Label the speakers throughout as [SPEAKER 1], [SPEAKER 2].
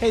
[SPEAKER 1] Hey,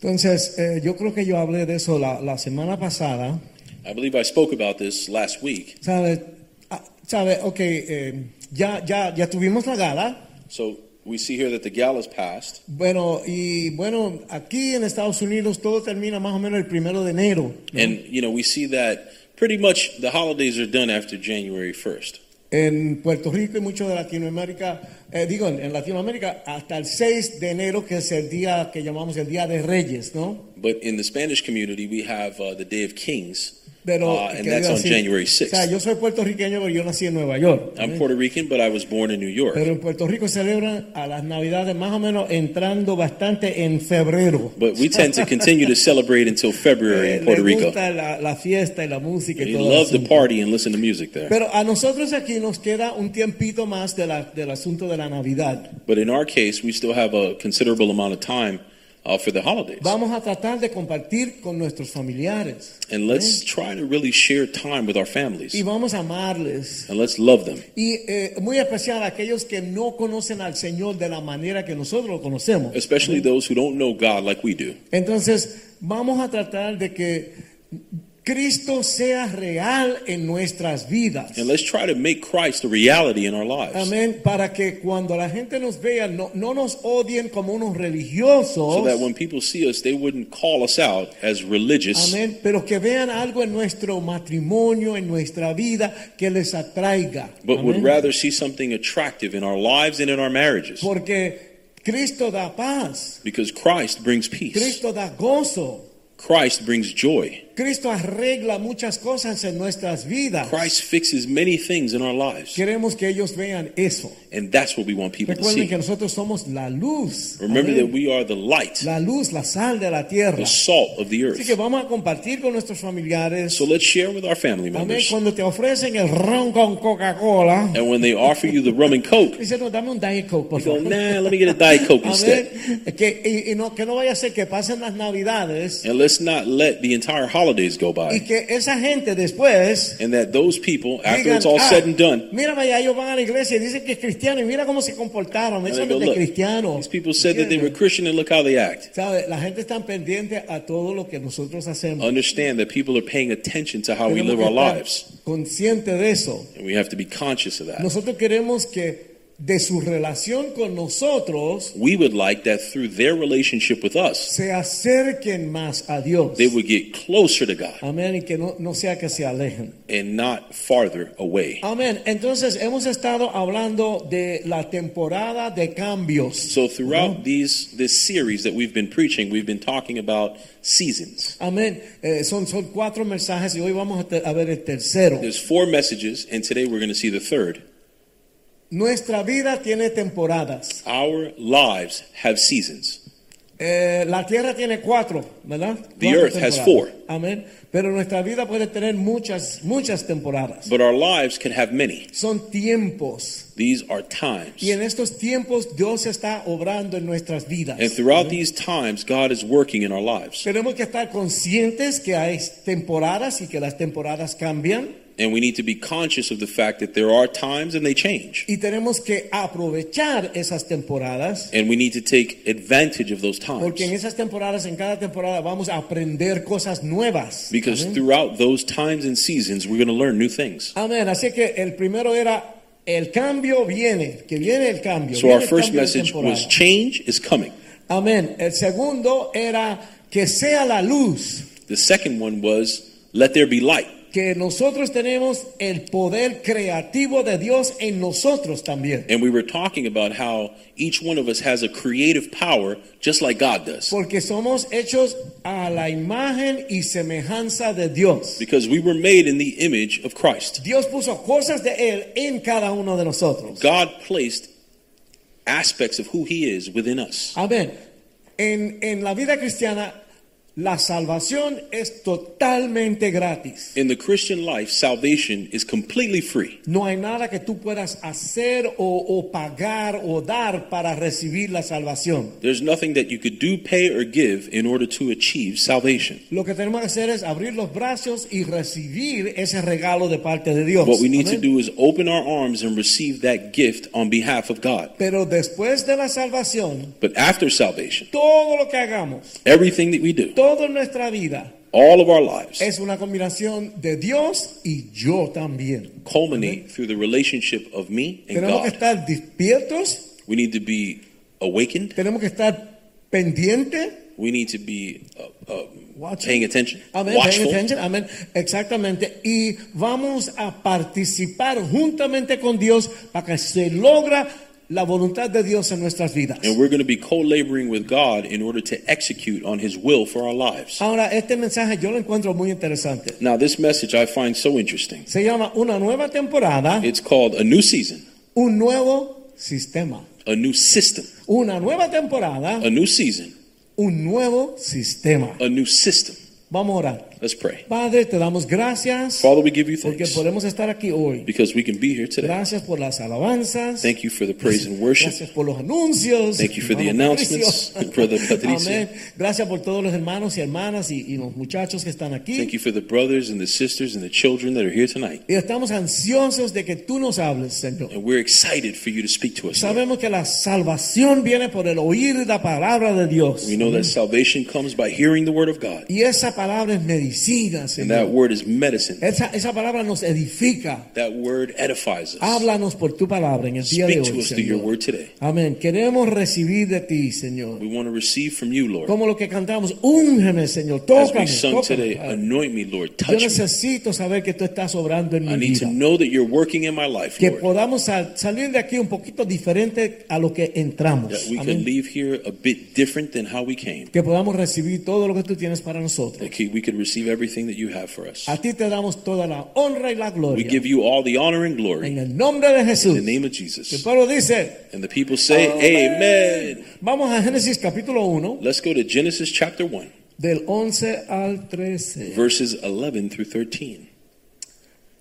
[SPEAKER 2] Entonces, eh, yo creo que yo hablé de eso la, la semana pasada.
[SPEAKER 3] I believe I spoke about this last week.
[SPEAKER 2] ¿Sabe? Ah, ¿Sabe? Ok, eh, ya, ya, ya tuvimos la gala.
[SPEAKER 3] So we see here that the gala's passed.
[SPEAKER 2] Bueno, y bueno, aquí en Estados Unidos todo termina más o menos el primero de enero.
[SPEAKER 3] And, you know, we see that pretty much the holidays are done after January 1st.
[SPEAKER 2] En Puerto Rico y mucho de Latinoamérica, eh, digo, en, en Latinoamérica, hasta el 6 de enero, que es el día que llamamos el Día de Reyes, ¿no?
[SPEAKER 3] But in the Spanish community, we have uh, the Day of Kings,
[SPEAKER 2] Pero,
[SPEAKER 3] uh, and
[SPEAKER 2] que
[SPEAKER 3] that's
[SPEAKER 2] digo
[SPEAKER 3] on
[SPEAKER 2] así,
[SPEAKER 3] January
[SPEAKER 2] O sea,
[SPEAKER 3] 6th.
[SPEAKER 2] yo soy puertorriqueño, pero yo nací en Nueva York.
[SPEAKER 3] I'm Puerto Rican, but I was born in New York.
[SPEAKER 2] Pero en Puerto Rico celebran a las Navidades más o menos entrando bastante en febrero.
[SPEAKER 3] But we tend to continue to celebrate until February
[SPEAKER 2] Eh,
[SPEAKER 3] in Puerto
[SPEAKER 2] les
[SPEAKER 3] Rico.
[SPEAKER 2] gusta la, la fiesta y la música y
[SPEAKER 3] We
[SPEAKER 2] todo el
[SPEAKER 3] love to
[SPEAKER 2] asunto.
[SPEAKER 3] party and listen to music there.
[SPEAKER 2] Pero a nosotros aquí nos queda un tiempito más de la- del asunto de la Navidad.
[SPEAKER 3] But in our case, we still have a considerable amount of time uh, for the holidays.
[SPEAKER 2] Vamos a tratar de compartir con nuestros familiares
[SPEAKER 3] And let's try to really share time with our families.
[SPEAKER 2] y vamos a amarles.
[SPEAKER 3] And let's love them.
[SPEAKER 2] Y eh, muy especial a aquellos que no conocen al Señor de la manera que nosotros lo conocemos.
[SPEAKER 3] especially those who don't know God like we do.
[SPEAKER 2] Entonces, vamos a tratar de que Cristo sea real en nuestras vidas.
[SPEAKER 3] And let's try to make Christ a reality in our lives.
[SPEAKER 2] Amén. Para que cuando la gente nos vea, no, no nos odien como unos
[SPEAKER 3] So
[SPEAKER 2] religiosos.
[SPEAKER 3] that when people see us, they wouldn't call us out as religious,
[SPEAKER 2] Amén. Pero que vean algo en nuestro matrimonio, en nuestra vida, que les atraiga.
[SPEAKER 3] but would
[SPEAKER 2] Amén.
[SPEAKER 3] rather see something attractive in our lives and in our marriages.
[SPEAKER 2] Porque Cristo da paz.
[SPEAKER 3] Because Christ brings peace,
[SPEAKER 2] Cristo da gozo.
[SPEAKER 3] Christ brings joy,
[SPEAKER 2] Cristo arregla muchas cosas en nuestras vidas.
[SPEAKER 3] Christ fixes many things in our lives.
[SPEAKER 2] Queremos que ellos vean eso.
[SPEAKER 3] And that's what we want people to
[SPEAKER 2] Recuerden que
[SPEAKER 3] see.
[SPEAKER 2] nosotros somos la luz.
[SPEAKER 3] Remember
[SPEAKER 2] Amén.
[SPEAKER 3] that we are the light,
[SPEAKER 2] la luz, la sal de la tierra.
[SPEAKER 3] the salt of the
[SPEAKER 2] Así que
[SPEAKER 3] earth.
[SPEAKER 2] vamos a compartir con nuestros familiares.
[SPEAKER 3] So let's share with our family
[SPEAKER 2] Amén.
[SPEAKER 3] members.
[SPEAKER 2] Cuando te ofrecen el ron con Coca-Cola,
[SPEAKER 3] And when they offer you the rum and coke,
[SPEAKER 2] dice, no, dame un Diet Coke, por
[SPEAKER 3] you go,
[SPEAKER 2] favor.
[SPEAKER 3] nah, let me get a Diet Coke instead.
[SPEAKER 2] Amén. Que, y, y no, que no vaya a ser que pasen las Navidades
[SPEAKER 3] And let's not let the entire holidays go
[SPEAKER 2] y
[SPEAKER 3] by.
[SPEAKER 2] que esa gente después.
[SPEAKER 3] And that those people, after
[SPEAKER 2] digan,
[SPEAKER 3] it's all
[SPEAKER 2] "Ah,
[SPEAKER 3] said and done,
[SPEAKER 2] Mira, vaya, ellos van a la iglesia y dicen que es cristiano y mira cómo se comportaron.
[SPEAKER 3] and
[SPEAKER 2] Eso
[SPEAKER 3] they go,
[SPEAKER 2] no es de
[SPEAKER 3] look,
[SPEAKER 2] cristiano.
[SPEAKER 3] these people said that they were Christian and look how they act.
[SPEAKER 2] ¿Sabe? La gente está pendiente a todo lo que nosotros hacemos.
[SPEAKER 3] Understand that people are paying attention to how we
[SPEAKER 2] Tenemos
[SPEAKER 3] live
[SPEAKER 2] que
[SPEAKER 3] our
[SPEAKER 2] estar
[SPEAKER 3] lives.
[SPEAKER 2] Consciente de eso.
[SPEAKER 3] And we have to be conscious of that.
[SPEAKER 2] Nosotros queremos que de su relación con nosotros
[SPEAKER 3] We would like that through their relationship with us,
[SPEAKER 2] se acerquen más a Dios.
[SPEAKER 3] they would get closer to God
[SPEAKER 2] Amén. Y que no, no sea que se alejen.
[SPEAKER 3] and not farther away.
[SPEAKER 2] Amén. Entonces hemos estado hablando de la temporada de cambios.
[SPEAKER 3] So throughout these this series that we've been preaching, we've been talking about seasons.
[SPEAKER 2] Amén. Eh, son, son cuatro mensajes y hoy vamos a, te- a ver el tercero.
[SPEAKER 3] There's four messages, and today we're going to see the third.
[SPEAKER 2] Nuestra vida tiene temporadas.
[SPEAKER 3] Our lives have seasons.
[SPEAKER 2] Eh, la tierra tiene cuatro, ¿verdad?
[SPEAKER 3] The
[SPEAKER 2] Cuatro
[SPEAKER 3] earth has
[SPEAKER 2] temporadas.
[SPEAKER 3] four.
[SPEAKER 2] Amén. Pero nuestra vida puede tener muchas, muchas temporadas.
[SPEAKER 3] But our lives can have many.
[SPEAKER 2] Son tiempos.
[SPEAKER 3] These are times.
[SPEAKER 2] Y en estos tiempos Dios está obrando en nuestras vidas.
[SPEAKER 3] And throughout these times, God is working in our lives.
[SPEAKER 2] Tenemos que estar conscientes que hay temporadas y que las temporadas cambian.
[SPEAKER 3] And we need to be conscious of the fact that there are times and they change.
[SPEAKER 2] Y tenemos que aprovechar esas temporadas.
[SPEAKER 3] And we need to take advantage of those
[SPEAKER 2] Porque en
[SPEAKER 3] times.
[SPEAKER 2] esas temporadas, en cada temporada, vamos a aprender cosas nuevas.
[SPEAKER 3] Because
[SPEAKER 2] Amén.
[SPEAKER 3] throughout those times and seasons, we're going to learn new things.
[SPEAKER 2] Amén. Así que el primero era el cambio viene, que viene el cambio.
[SPEAKER 3] So
[SPEAKER 2] viene
[SPEAKER 3] our
[SPEAKER 2] el
[SPEAKER 3] first
[SPEAKER 2] cambio de
[SPEAKER 3] message
[SPEAKER 2] temporada.
[SPEAKER 3] was change is coming.
[SPEAKER 2] Amén. El segundo era que sea la luz.
[SPEAKER 3] The second one was let there be light.
[SPEAKER 2] que nosotros tenemos el poder creativo de Dios en nosotros también.
[SPEAKER 3] And we were talking about how each one of us has a creative power just like God does.
[SPEAKER 2] Porque somos hechos a la imagen y semejanza de Dios.
[SPEAKER 3] Because we were made in the image of Christ.
[SPEAKER 2] Dios puso cosas de Él en cada uno de nosotros.
[SPEAKER 3] God placed aspects of who He is within us.
[SPEAKER 2] Amén. En, en la vida cristiana, la salvación es totalmente gratis.
[SPEAKER 3] In the Christian life, salvation is completely free.
[SPEAKER 2] No hay nada que tú puedas hacer o, o pagar o dar para recibir la salvación.
[SPEAKER 3] There's nothing that you could do, pay, or give in order to achieve salvation.
[SPEAKER 2] Lo que tenemos que hacer es abrir los brazos y recibir ese regalo de parte de Dios.
[SPEAKER 3] What we need to
[SPEAKER 2] Amén.
[SPEAKER 3] do is open our arms and receive that gift on behalf of God.
[SPEAKER 2] Pero después de la salvación,
[SPEAKER 3] But after salvation,
[SPEAKER 2] todo lo que hagamos,
[SPEAKER 3] everything that we do,
[SPEAKER 2] toda nuestra vida,
[SPEAKER 3] all of our lives,
[SPEAKER 2] es una combinación de Dios y yo también.
[SPEAKER 3] culminate through the relationship of me and
[SPEAKER 2] Tenemos que
[SPEAKER 3] God.
[SPEAKER 2] estar despiertos,
[SPEAKER 3] We need to be awakened.
[SPEAKER 2] tenemos que estar pendientes.
[SPEAKER 3] We need to be uh, uh,
[SPEAKER 2] Watching.
[SPEAKER 3] paying attention,
[SPEAKER 2] Amén, paying
[SPEAKER 3] watchful.
[SPEAKER 2] attention, amén, exactamente. Y vamos a participar juntamente con Dios para que se logra la voluntad de Dios en nuestras vidas.
[SPEAKER 3] And we're going to be co laboring with God in order to execute on His will for our lives.
[SPEAKER 2] Ahora, este mensaje yo lo encuentro muy interesante.
[SPEAKER 3] Now, this message I find so interesting.
[SPEAKER 2] Se llama Una nueva temporada,
[SPEAKER 3] It's called A New Season,
[SPEAKER 2] un nuevo sistema.
[SPEAKER 3] A New System.
[SPEAKER 2] Una nueva temporada,
[SPEAKER 3] A New Season,
[SPEAKER 2] un nuevo sistema.
[SPEAKER 3] A New System.
[SPEAKER 2] Vamos a orar.
[SPEAKER 3] Let's pray.
[SPEAKER 2] Padre, te damos gracias
[SPEAKER 3] Father, we give you
[SPEAKER 2] porque
[SPEAKER 3] thanks
[SPEAKER 2] podemos estar aquí hoy.
[SPEAKER 3] because we can be here today.
[SPEAKER 2] Gracias por las alabanzas.
[SPEAKER 3] Thank you for the praise and worship.
[SPEAKER 2] Gracias por los anuncios.
[SPEAKER 3] Thank you for the
[SPEAKER 2] Hermano
[SPEAKER 3] announcements,
[SPEAKER 2] Patricio.
[SPEAKER 3] Brother Patricio.
[SPEAKER 2] Amén. Gracias por todos los hermanos y hermanas y, y los muchachos que están aquí.
[SPEAKER 3] Thank you for the brothers and the sisters and the children that are here tonight.
[SPEAKER 2] Y estamos ansiosos de que tú nos hables, Señor.
[SPEAKER 3] And we're excited for you to speak to us. Lord.
[SPEAKER 2] Sabemos que la salvación viene por el oír la palabra de Dios.
[SPEAKER 3] We know that salvation comes by hearing the word of God,
[SPEAKER 2] Y esa palabra es medicina,
[SPEAKER 3] and that
[SPEAKER 2] Señor.
[SPEAKER 3] word is medicine.
[SPEAKER 2] Esa, esa palabra nos edifica.
[SPEAKER 3] That word edifies us.
[SPEAKER 2] Háblanos por tu palabra en el día de
[SPEAKER 3] Speak to
[SPEAKER 2] hoy,
[SPEAKER 3] us through your
[SPEAKER 2] Señor.
[SPEAKER 3] word today.
[SPEAKER 2] Amén. Queremos recibir de ti, Señor.
[SPEAKER 3] We want to receive from you, Lord.
[SPEAKER 2] Como lo que cantamos, úngeme, Señor.
[SPEAKER 3] As
[SPEAKER 2] Tócame,
[SPEAKER 3] we sung
[SPEAKER 2] tócame,
[SPEAKER 3] today,
[SPEAKER 2] Padre.
[SPEAKER 3] anoint me, Lord.
[SPEAKER 2] Yo
[SPEAKER 3] Touch me.
[SPEAKER 2] necesito saber que tú estás obrando en
[SPEAKER 3] I
[SPEAKER 2] mi
[SPEAKER 3] need to
[SPEAKER 2] vida.
[SPEAKER 3] know that you're working in my life,
[SPEAKER 2] Que
[SPEAKER 3] Lord.
[SPEAKER 2] podamos sal- salir de aquí un poquito diferente a lo que entramos.
[SPEAKER 3] That we
[SPEAKER 2] Amén.
[SPEAKER 3] can leave here a bit different than how we came.
[SPEAKER 2] Que podamos recibir todo lo que tú tienes para nosotros.
[SPEAKER 3] That we could receive everything that you have for us.
[SPEAKER 2] A ti te damos toda la honra y la
[SPEAKER 3] We
[SPEAKER 2] gloria.
[SPEAKER 3] give you all the honor and glory
[SPEAKER 2] En el nombre de
[SPEAKER 3] in
[SPEAKER 2] Jesús.
[SPEAKER 3] the name of
[SPEAKER 2] El
[SPEAKER 3] Jesus.
[SPEAKER 2] pueblo dice,
[SPEAKER 3] And the people say, Amen.
[SPEAKER 2] Vamos a Génesis capítulo 1,
[SPEAKER 3] Let's go to Genesis chapter 1,
[SPEAKER 2] del 11 al 13.
[SPEAKER 3] verses 11 through 13.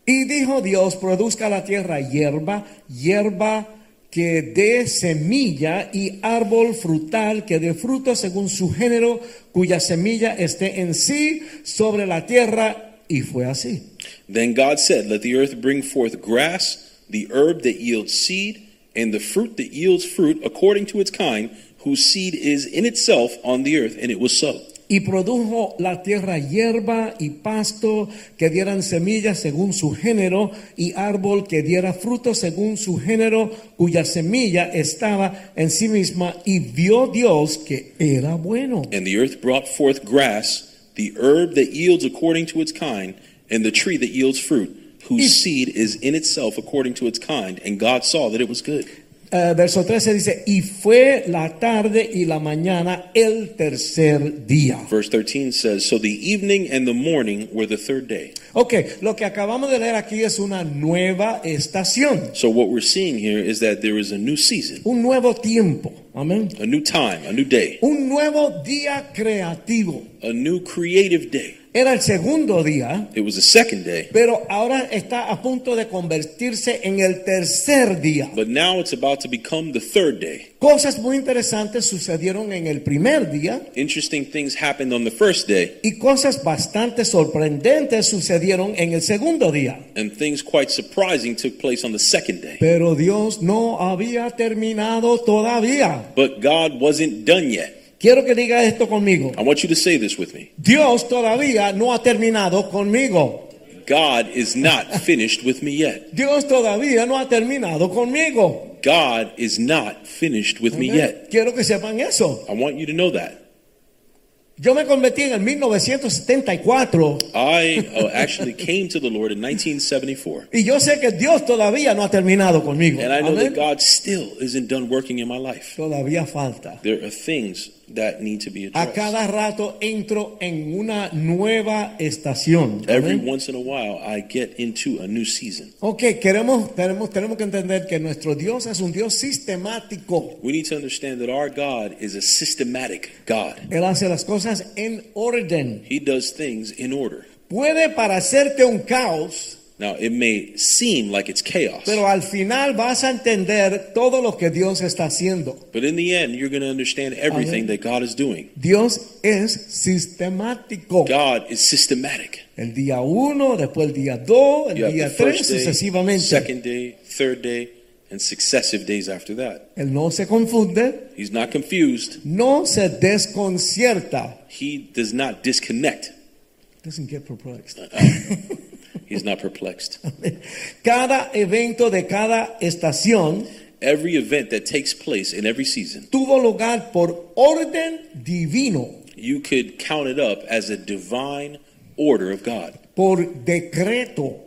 [SPEAKER 2] Y dijo Dios, produzca la tierra hierba, hierba que dé semilla y árbol frutal que dé fruto según su género, cuya semilla esté en sí sobre la tierra. Y fue así.
[SPEAKER 3] Then God said, Let the earth bring forth grass, the herb that yields seed, and the fruit that yields fruit according to its kind, whose seed is in itself on the earth. And it was so.
[SPEAKER 2] Y produjo la tierra hierba y pasto que dieran semilla según su género y árbol que diera fruto según su género, cuya semilla estaba en sí misma. Y vio Dios que era bueno.
[SPEAKER 3] And the earth brought forth grass, the herb that yields according to its kind, and the tree that yields fruit, whose seed is in itself according to its kind. And God saw that it was good.
[SPEAKER 2] Eh, verso 13 dice, y fue la tarde y la mañana el tercer día.
[SPEAKER 3] Verse 13 says, So the evening and the morning were the third day.
[SPEAKER 2] Ok, lo que acabamos de leer aquí es una nueva estación,
[SPEAKER 3] So what we're seeing here is that there is a new season,
[SPEAKER 2] un nuevo tiempo, amén.
[SPEAKER 3] a new time, a new day,
[SPEAKER 2] Un nuevo día creativo.
[SPEAKER 3] a new creative day.
[SPEAKER 2] Era el segundo día,
[SPEAKER 3] It was the second day,
[SPEAKER 2] pero ahora está a punto de convertirse en el tercer día.
[SPEAKER 3] but now it's about to become the third day.
[SPEAKER 2] Cosas muy interesantes sucedieron en el primer día
[SPEAKER 3] Interesting things happened on the first day,
[SPEAKER 2] y cosas bastante sorprendentes sucedieron en el segundo día.
[SPEAKER 3] and things quite surprising took place on the second day.
[SPEAKER 2] Pero Dios no había terminado todavía.
[SPEAKER 3] But God wasn't done yet.
[SPEAKER 2] Quiero que diga esto conmigo.
[SPEAKER 3] I want you to say this with me
[SPEAKER 2] Dios todavía no ha terminado conmigo.
[SPEAKER 3] God is not finished with me yet.
[SPEAKER 2] Dios todavía no ha terminado conmigo.
[SPEAKER 3] God is not finished with me yet.
[SPEAKER 2] Quiero que sepan eso.
[SPEAKER 3] I want you to know that.
[SPEAKER 2] Yo me convertí en el 1974
[SPEAKER 3] I uh, actually came to the Lord in 1974,
[SPEAKER 2] y yo sé que Dios todavía no ha terminado conmigo.
[SPEAKER 3] and I know
[SPEAKER 2] Amén.
[SPEAKER 3] that God still isn't done working in my life.
[SPEAKER 2] Todavía falta.
[SPEAKER 3] There are things that need to be
[SPEAKER 2] A
[SPEAKER 3] addressed.
[SPEAKER 2] cada rato entro en una nueva estación.
[SPEAKER 3] Every
[SPEAKER 2] Amén.
[SPEAKER 3] once in a while, I get into a new season.
[SPEAKER 2] Ok, queremos, tenemos, tenemos que entender que nuestro Dios es un Dios sistemático.
[SPEAKER 3] We need to understand that our God is a systematic God.
[SPEAKER 2] Él hace las cosas en orden.
[SPEAKER 3] He does things in order.
[SPEAKER 2] Puede parecerte un caos,
[SPEAKER 3] Now, it may seem like it's chaos,
[SPEAKER 2] pero al final vas a entender todo lo que Dios está haciendo.
[SPEAKER 3] but in the end, you're going to understand everything
[SPEAKER 2] Amén.
[SPEAKER 3] that God is doing.
[SPEAKER 2] Dios es sistemático.
[SPEAKER 3] God is systematic.
[SPEAKER 2] El día uno, después el día dos, el
[SPEAKER 3] You have the
[SPEAKER 2] día tres,
[SPEAKER 3] first day,
[SPEAKER 2] sucesivamente.
[SPEAKER 3] second day, third day, and successive days after that.
[SPEAKER 2] Él no se confunde,
[SPEAKER 3] He's not confused.
[SPEAKER 2] no se desconcierta.
[SPEAKER 3] He does not disconnect.
[SPEAKER 2] Doesn't get perplexed.
[SPEAKER 3] He's not perplexed.
[SPEAKER 2] Cada evento de cada estación
[SPEAKER 3] Every event that takes place in every season,
[SPEAKER 2] tuvo lugar por orden divino,
[SPEAKER 3] you could count it up as a divine order of God.
[SPEAKER 2] por decreto.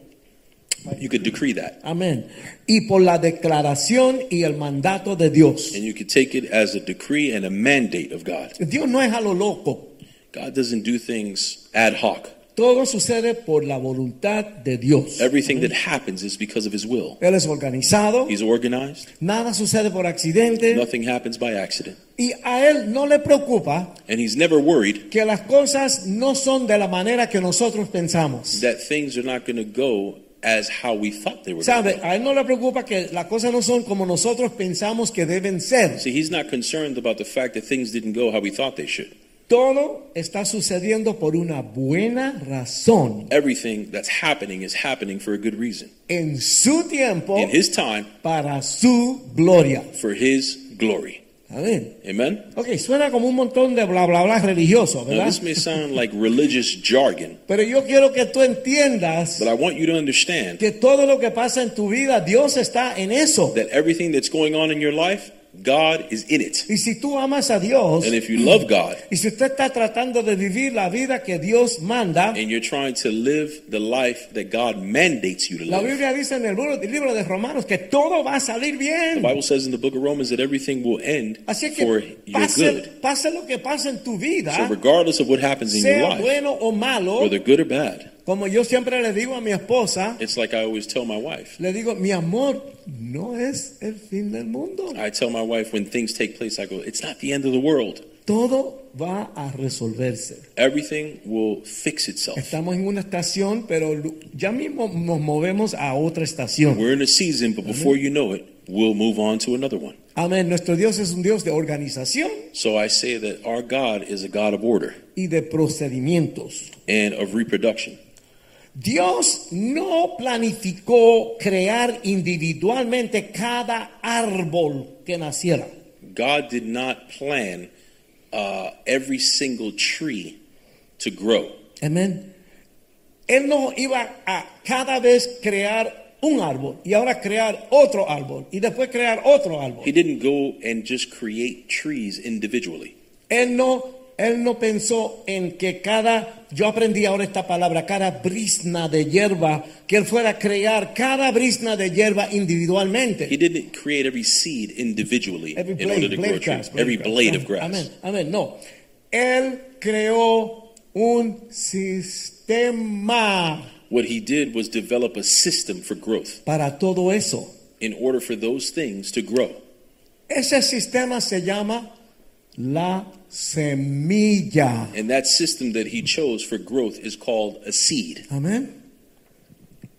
[SPEAKER 3] You could decree that.
[SPEAKER 2] Amén. Y por la declaración y el mandato de Dios.
[SPEAKER 3] And you could take it as a decree and a mandate of God.
[SPEAKER 2] Dios no es a lo loco.
[SPEAKER 3] God doesn't do things ad hoc.
[SPEAKER 2] Todo sucede por la voluntad de Dios.
[SPEAKER 3] Everything that happens is because of His will.
[SPEAKER 2] Él es organizado,
[SPEAKER 3] He's organized,
[SPEAKER 2] nada sucede por accidente
[SPEAKER 3] nothing happens by accident.
[SPEAKER 2] y a Él no le preocupa
[SPEAKER 3] And He's never worried
[SPEAKER 2] que las cosas no son de la manera que nosotros pensamos.
[SPEAKER 3] that things are not going to go as how we thought they were going
[SPEAKER 2] ¿Sabe?
[SPEAKER 3] to go.
[SPEAKER 2] A Él no le preocupa que las cosas no son como nosotros pensamos que deben ser.
[SPEAKER 3] See, He's not concerned about the fact that things didn't go how we thought they should.
[SPEAKER 2] Todo está sucediendo por una buena razón,
[SPEAKER 3] Everything that's happening is happening for a good reason.
[SPEAKER 2] en su tiempo,
[SPEAKER 3] In His time,
[SPEAKER 2] para su gloria.
[SPEAKER 3] for His glory.
[SPEAKER 2] Amén.
[SPEAKER 3] Amen?
[SPEAKER 2] Ok, suena como un montón de bla, bla, bla religioso,
[SPEAKER 3] Now,
[SPEAKER 2] ¿verdad?
[SPEAKER 3] this may sound like religious jargon,
[SPEAKER 2] Pero yo quiero que tú entiendas
[SPEAKER 3] but I want you to understand
[SPEAKER 2] que todo lo que pasa en tu vida, Dios está en eso.
[SPEAKER 3] that everything that's going on in your life, God is in it.
[SPEAKER 2] Y si tú amas a Dios,
[SPEAKER 3] And if you love God
[SPEAKER 2] y si usted está tratando de vivir la vida que Dios manda,
[SPEAKER 3] and you're trying to live the life that God mandates you to
[SPEAKER 2] la
[SPEAKER 3] live,
[SPEAKER 2] Biblia dice en el libro- el libro de Romanos que todo va a salir
[SPEAKER 3] the
[SPEAKER 2] bien.
[SPEAKER 3] Bible says in the book of Romans that everything will end
[SPEAKER 2] Así es
[SPEAKER 3] for
[SPEAKER 2] que
[SPEAKER 3] your good.
[SPEAKER 2] pase, pase lo que pase en tu
[SPEAKER 3] So
[SPEAKER 2] vida,
[SPEAKER 3] regardless of what happens in your
[SPEAKER 2] sea
[SPEAKER 3] life,
[SPEAKER 2] bueno o malo,
[SPEAKER 3] whether good or bad,
[SPEAKER 2] como yo siempre le digo a mi esposa,
[SPEAKER 3] it's like I always tell my wife.
[SPEAKER 2] le digo, mi amor, no es el fin del mundo.
[SPEAKER 3] I tell my wife when things take place, I go, it's not the end of the world.
[SPEAKER 2] Todo va a resolverse.
[SPEAKER 3] Everything will fix itself.
[SPEAKER 2] Estamos en una estación, pero lu- ya mismo nos movemos a otra estación.
[SPEAKER 3] We're in a season,
[SPEAKER 2] Mm-hmm.
[SPEAKER 3] but before you know it, we'll move on to another one.
[SPEAKER 2] Amén. Nuestro Dios es un Dios de organización
[SPEAKER 3] So I say that our God is a God of order
[SPEAKER 2] y de procedimientos.
[SPEAKER 3] and of reproduction.
[SPEAKER 2] Dios no planificó crear individualmente cada árbol que naciera.
[SPEAKER 3] God did not plan uh, every single tree to grow.
[SPEAKER 2] Amén. Él no iba a cada vez crear un árbol y ahora crear otro árbol y después crear otro árbol.
[SPEAKER 3] He didn't go and just create trees individually.
[SPEAKER 2] Él no, él no pensó en que cada, yo aprendí ahora esta palabra, cada brisna de hierba, que él fuera a crear cada brisna de hierba
[SPEAKER 3] He
[SPEAKER 2] individualmente.
[SPEAKER 3] didn't create every seed individually
[SPEAKER 2] Every
[SPEAKER 3] in order
[SPEAKER 2] blade,
[SPEAKER 3] to
[SPEAKER 2] blade
[SPEAKER 3] grow a
[SPEAKER 2] of
[SPEAKER 3] tree.
[SPEAKER 2] grass, blade
[SPEAKER 3] every
[SPEAKER 2] of grass.
[SPEAKER 3] blade of grass.
[SPEAKER 2] Amén, amén, no. Él creó un sistema
[SPEAKER 3] What he did was develop a system for growth
[SPEAKER 2] para todo eso.
[SPEAKER 3] in order for those things to grow.
[SPEAKER 2] Ese sistema se llama la semilla.
[SPEAKER 3] And that system that he chose for growth is called a seed.
[SPEAKER 2] Amén.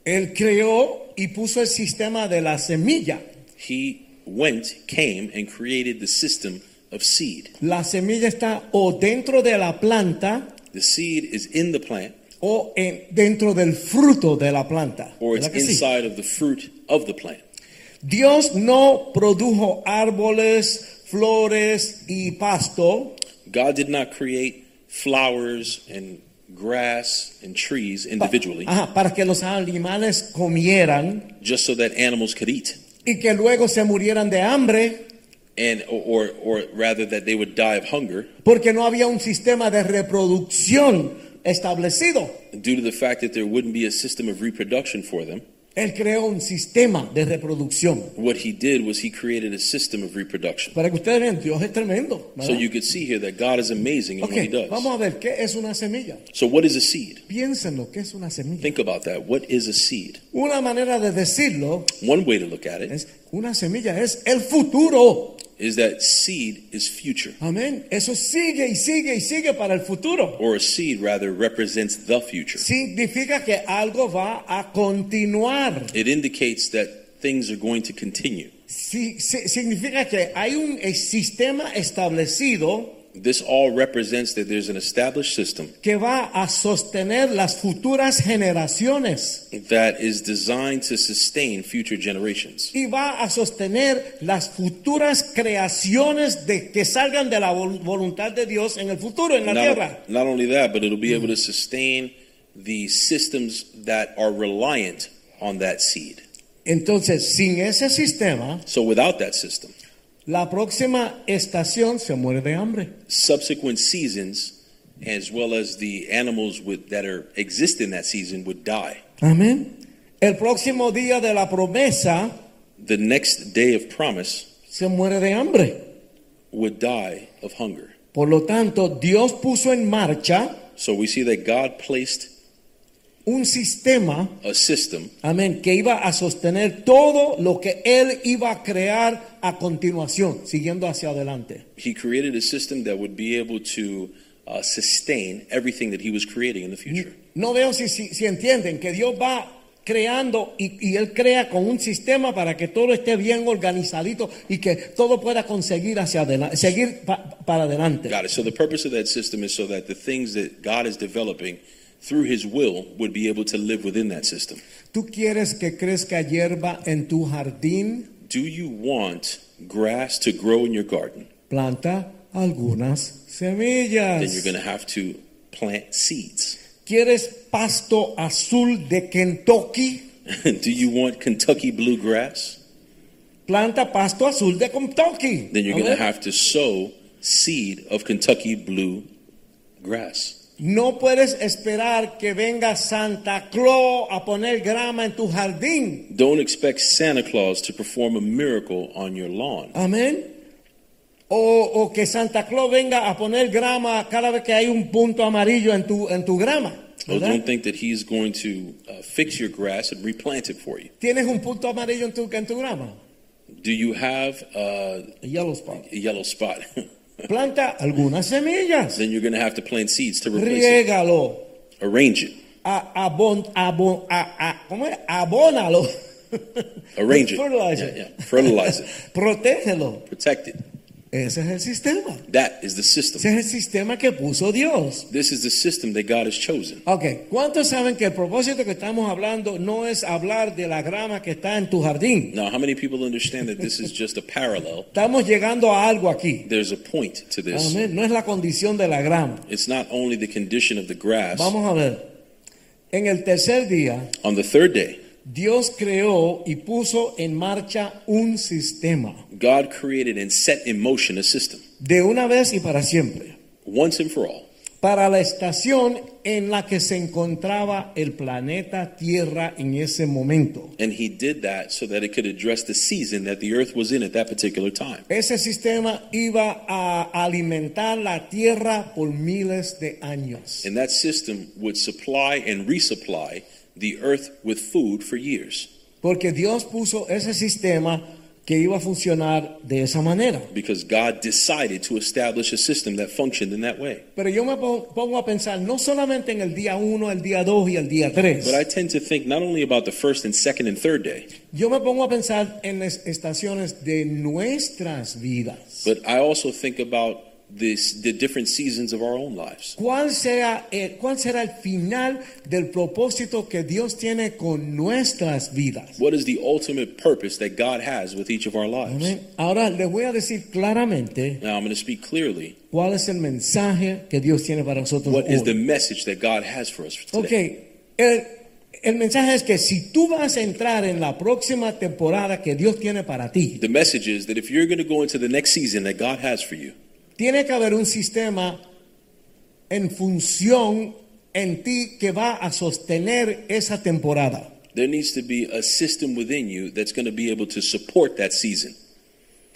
[SPEAKER 2] Él creó y puso el sistema de la semilla.
[SPEAKER 3] He went, came, and created the system of seed.
[SPEAKER 2] La semilla está o dentro de la planta
[SPEAKER 3] The seed is in the plant
[SPEAKER 2] o en- dentro del fruto de la planta.
[SPEAKER 3] or it's
[SPEAKER 2] ¿Verdad que sí?
[SPEAKER 3] inside of the fruit of the plant.
[SPEAKER 2] Dios no produjo árboles, flores y pasto,
[SPEAKER 3] God did not create flowers and grass and trees
[SPEAKER 2] pa-
[SPEAKER 3] individually
[SPEAKER 2] ajá, para que los animales comieran
[SPEAKER 3] just so that animals could eat
[SPEAKER 2] y que luego se murieran de hambre
[SPEAKER 3] and or, or rather that they would die of hunger
[SPEAKER 2] porque no había un sistema de reproducción establecido.
[SPEAKER 3] due to the fact that there wouldn't be a system of reproduction for them.
[SPEAKER 2] Él creó un sistema de reproducción.
[SPEAKER 3] What he did was he created a system of reproduction.
[SPEAKER 2] Para que ustedes vean, Dios es tremendo.
[SPEAKER 3] So
[SPEAKER 2] ¿verdad?
[SPEAKER 3] you could see here that God is amazing in
[SPEAKER 2] Ok,
[SPEAKER 3] what he
[SPEAKER 2] vamos
[SPEAKER 3] does.
[SPEAKER 2] a ver, ¿qué es una semilla?
[SPEAKER 3] So what is a seed?
[SPEAKER 2] Piensen lo que es una semilla.
[SPEAKER 3] Think about that. What is a seed?
[SPEAKER 2] Una manera de decirlo
[SPEAKER 3] One way to look at it
[SPEAKER 2] es, una semilla es el futuro.
[SPEAKER 3] is that seed is future,
[SPEAKER 2] Amén. Eso sigue y sigue y sigue para el futuro.
[SPEAKER 3] or a seed rather represents the future.
[SPEAKER 2] Significa que algo va a continuar.
[SPEAKER 3] It indicates that things are going to continue.
[SPEAKER 2] Si- si- significa que hay un eh, sistema establecido
[SPEAKER 3] This all represents that there's an established system
[SPEAKER 2] que va a sostener las futuras generaciones
[SPEAKER 3] that is designed to sustain future generations.
[SPEAKER 2] y va a sostener las futuras creaciones de que salgan de la vol- voluntad de Dios en el futuro en la tierra.
[SPEAKER 3] Not, not only that, but it'll be able to sustain the systems that are reliant on that seed.
[SPEAKER 2] Entonces, sin ese sistema,
[SPEAKER 3] So without that system,
[SPEAKER 2] la próxima estación se muere de hambre.
[SPEAKER 3] subsequent seasons, as well as the animals with, that are exist in that season, would die.
[SPEAKER 2] Amén. El próximo día de la promesa
[SPEAKER 3] The next day of promise
[SPEAKER 2] se muere de hambre.
[SPEAKER 3] would die of hunger.
[SPEAKER 2] Por lo tanto, Dios puso en marcha
[SPEAKER 3] So we see that God placed
[SPEAKER 2] un sistema
[SPEAKER 3] a system
[SPEAKER 2] Amén, que iba a sostener todo lo que él iba a crear a continuación, siguiendo hacia adelante.
[SPEAKER 3] He created a system that would be able to uh, sustain everything that he was creating in the future.
[SPEAKER 2] No veo si, si, si entienden que Dios va creando y, y él crea con un sistema para que todo esté bien organizadito y que todo pueda conseguir hacia adelante, seguir pa- para adelante.
[SPEAKER 3] Got it. So the purpose of that system is so that the things that God is developing through his will would be able to live within that system.
[SPEAKER 2] ¿Tú quieres que crezca hierba en tu jardín?
[SPEAKER 3] Do you want grass to grow in your garden?
[SPEAKER 2] Planta algunas
[SPEAKER 3] Then you're
[SPEAKER 2] semillas.
[SPEAKER 3] going to have to plant seeds.
[SPEAKER 2] ¿Quieres pasto azul de Kentucky?
[SPEAKER 3] Do you want Kentucky bluegrass?
[SPEAKER 2] planta pasto azul de Kentucky.
[SPEAKER 3] Then you're
[SPEAKER 2] A
[SPEAKER 3] going to
[SPEAKER 2] ver,
[SPEAKER 3] have to sow seed of Kentucky blue grass.
[SPEAKER 2] No puedes esperar que venga Santa Claus a poner grama en tu jardín.
[SPEAKER 3] Don't expect Santa Claus to perform a miracle on your lawn.
[SPEAKER 2] Amén. O, o que Santa Claus venga a poner grama cada vez que hay un punto amarillo en tu, en tu grama.
[SPEAKER 3] Oh,
[SPEAKER 2] ¿verdad?
[SPEAKER 3] don't think that he's going to uh, fix your grass and replant it for you.
[SPEAKER 2] Tienes un punto amarillo en tu, en tu grama.
[SPEAKER 3] Do you have uh,
[SPEAKER 2] A yellow spot.
[SPEAKER 3] a yellow spot?
[SPEAKER 2] Planta algunas semillas.
[SPEAKER 3] then you're going to have to plant seeds to replace it.
[SPEAKER 2] Riégalo.
[SPEAKER 3] Arrange it.
[SPEAKER 2] A, abon, abon, a, a- ¿cómo es? Abónalo.
[SPEAKER 3] Arrange it.
[SPEAKER 2] Fertilize it.
[SPEAKER 3] Yeah, yeah. Fertilize it.
[SPEAKER 2] Protégelo.
[SPEAKER 3] Protect it.
[SPEAKER 2] Ese es el sistema.
[SPEAKER 3] That is the
[SPEAKER 2] Ese
[SPEAKER 3] system.
[SPEAKER 2] es el sistema que puso Dios.
[SPEAKER 3] This is the system that God has chosen.
[SPEAKER 2] Ok, ¿cuántos saben que el propósito que estamos hablando no es hablar de la grama que está en tu jardín?
[SPEAKER 3] Now, how many people understand that this is just a parallel?
[SPEAKER 2] Estamos llegando a algo aquí.
[SPEAKER 3] There's a point to this.
[SPEAKER 2] Amén. No es la condición de la grama.
[SPEAKER 3] It's not only the condition of the grass.
[SPEAKER 2] Vamos a ver. En el tercer día,
[SPEAKER 3] On the third day,
[SPEAKER 2] Dios creó y puso en marcha un sistema
[SPEAKER 3] God created and set in motion a system
[SPEAKER 2] de una vez y para siempre
[SPEAKER 3] once and for all
[SPEAKER 2] para la estación en la que se encontraba el planeta Tierra en ese momento.
[SPEAKER 3] And he did that so that it could address the season that the earth was in at that particular time.
[SPEAKER 2] Ese sistema iba a alimentar la tierra por miles de años.
[SPEAKER 3] And that system would supply and resupply the earth with food for years
[SPEAKER 2] Porque Dios puso ese sistema que iba a funcionar de esa manera.
[SPEAKER 3] because God decided to establish a system that functioned in that way.
[SPEAKER 2] Pero yo me pon- pongo a pensar no solamente en el día 1, el día 2 y el día
[SPEAKER 3] But I
[SPEAKER 2] 3.
[SPEAKER 3] tend to think not only about the first and second and third day,
[SPEAKER 2] Yo me pongo a pensar en las estaciones de nuestras vidas.
[SPEAKER 3] but I also think about this, the different seasons of our own lives.
[SPEAKER 2] ¿Cuál será, el- ¿Cuál será el final del propósito que Dios tiene con nuestras vidas?
[SPEAKER 3] What is the ultimate purpose that God has with each of our lives?
[SPEAKER 2] Amén. Ahora les voy a decir claramente
[SPEAKER 3] Now I'm going to speak clearly.
[SPEAKER 2] ¿Cuál es el mensaje que Dios tiene para nosotros
[SPEAKER 3] What is the
[SPEAKER 2] hoy?
[SPEAKER 3] message that God has for us today?
[SPEAKER 2] Ok, el, El mensaje es que si tú vas a entrar en la próxima temporada que Dios tiene para ti,
[SPEAKER 3] The message is that if you're going to go into the next season that God has for you,
[SPEAKER 2] tiene que haber un sistema en función en ti que va a sostener esa temporada.
[SPEAKER 3] there needs to be a system within you that's going to be able to support that season.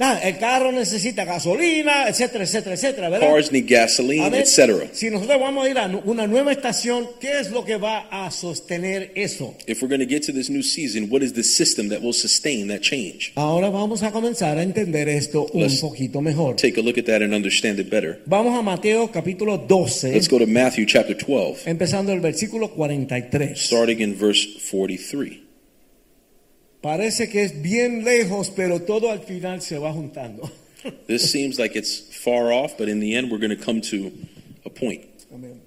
[SPEAKER 2] Ah, El carro necesita gasolina, etcétera, etcétera, etcétera, ¿verdad?
[SPEAKER 3] Cars need gasoline,
[SPEAKER 2] Amén.
[SPEAKER 3] etc.
[SPEAKER 2] Si nosotros vamos a ir a nu- una nueva estación, ¿qué es lo que va a sostener eso?
[SPEAKER 3] If we're going to get to this new season, what is the system that will sustain that change?
[SPEAKER 2] Ahora vamos a comenzar a entender esto
[SPEAKER 3] Let's
[SPEAKER 2] un poquito mejor.
[SPEAKER 3] Take a look at that and understand it better.
[SPEAKER 2] Vamos a Mateo capítulo 12,
[SPEAKER 3] Let's go to Matthew chapter 12,
[SPEAKER 2] empezando el versículo 43.
[SPEAKER 3] starting in verse 43.
[SPEAKER 2] Parece que es bien lejos, pero todo al final se va juntando.
[SPEAKER 3] This seems like it's far off, but in the end, we're going to come to a point.
[SPEAKER 2] Amén.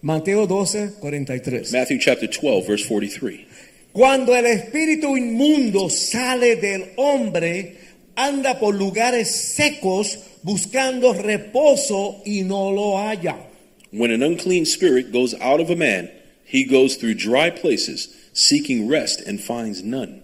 [SPEAKER 2] Mateo 12, 43.
[SPEAKER 3] Matthew chapter 12, verse 43.
[SPEAKER 2] Cuando el espíritu inmundo sale del hombre, anda por lugares secos buscando reposo y no lo halla.
[SPEAKER 3] When an unclean spirit goes out of a man, he goes through dry places, seeking rest and finds none.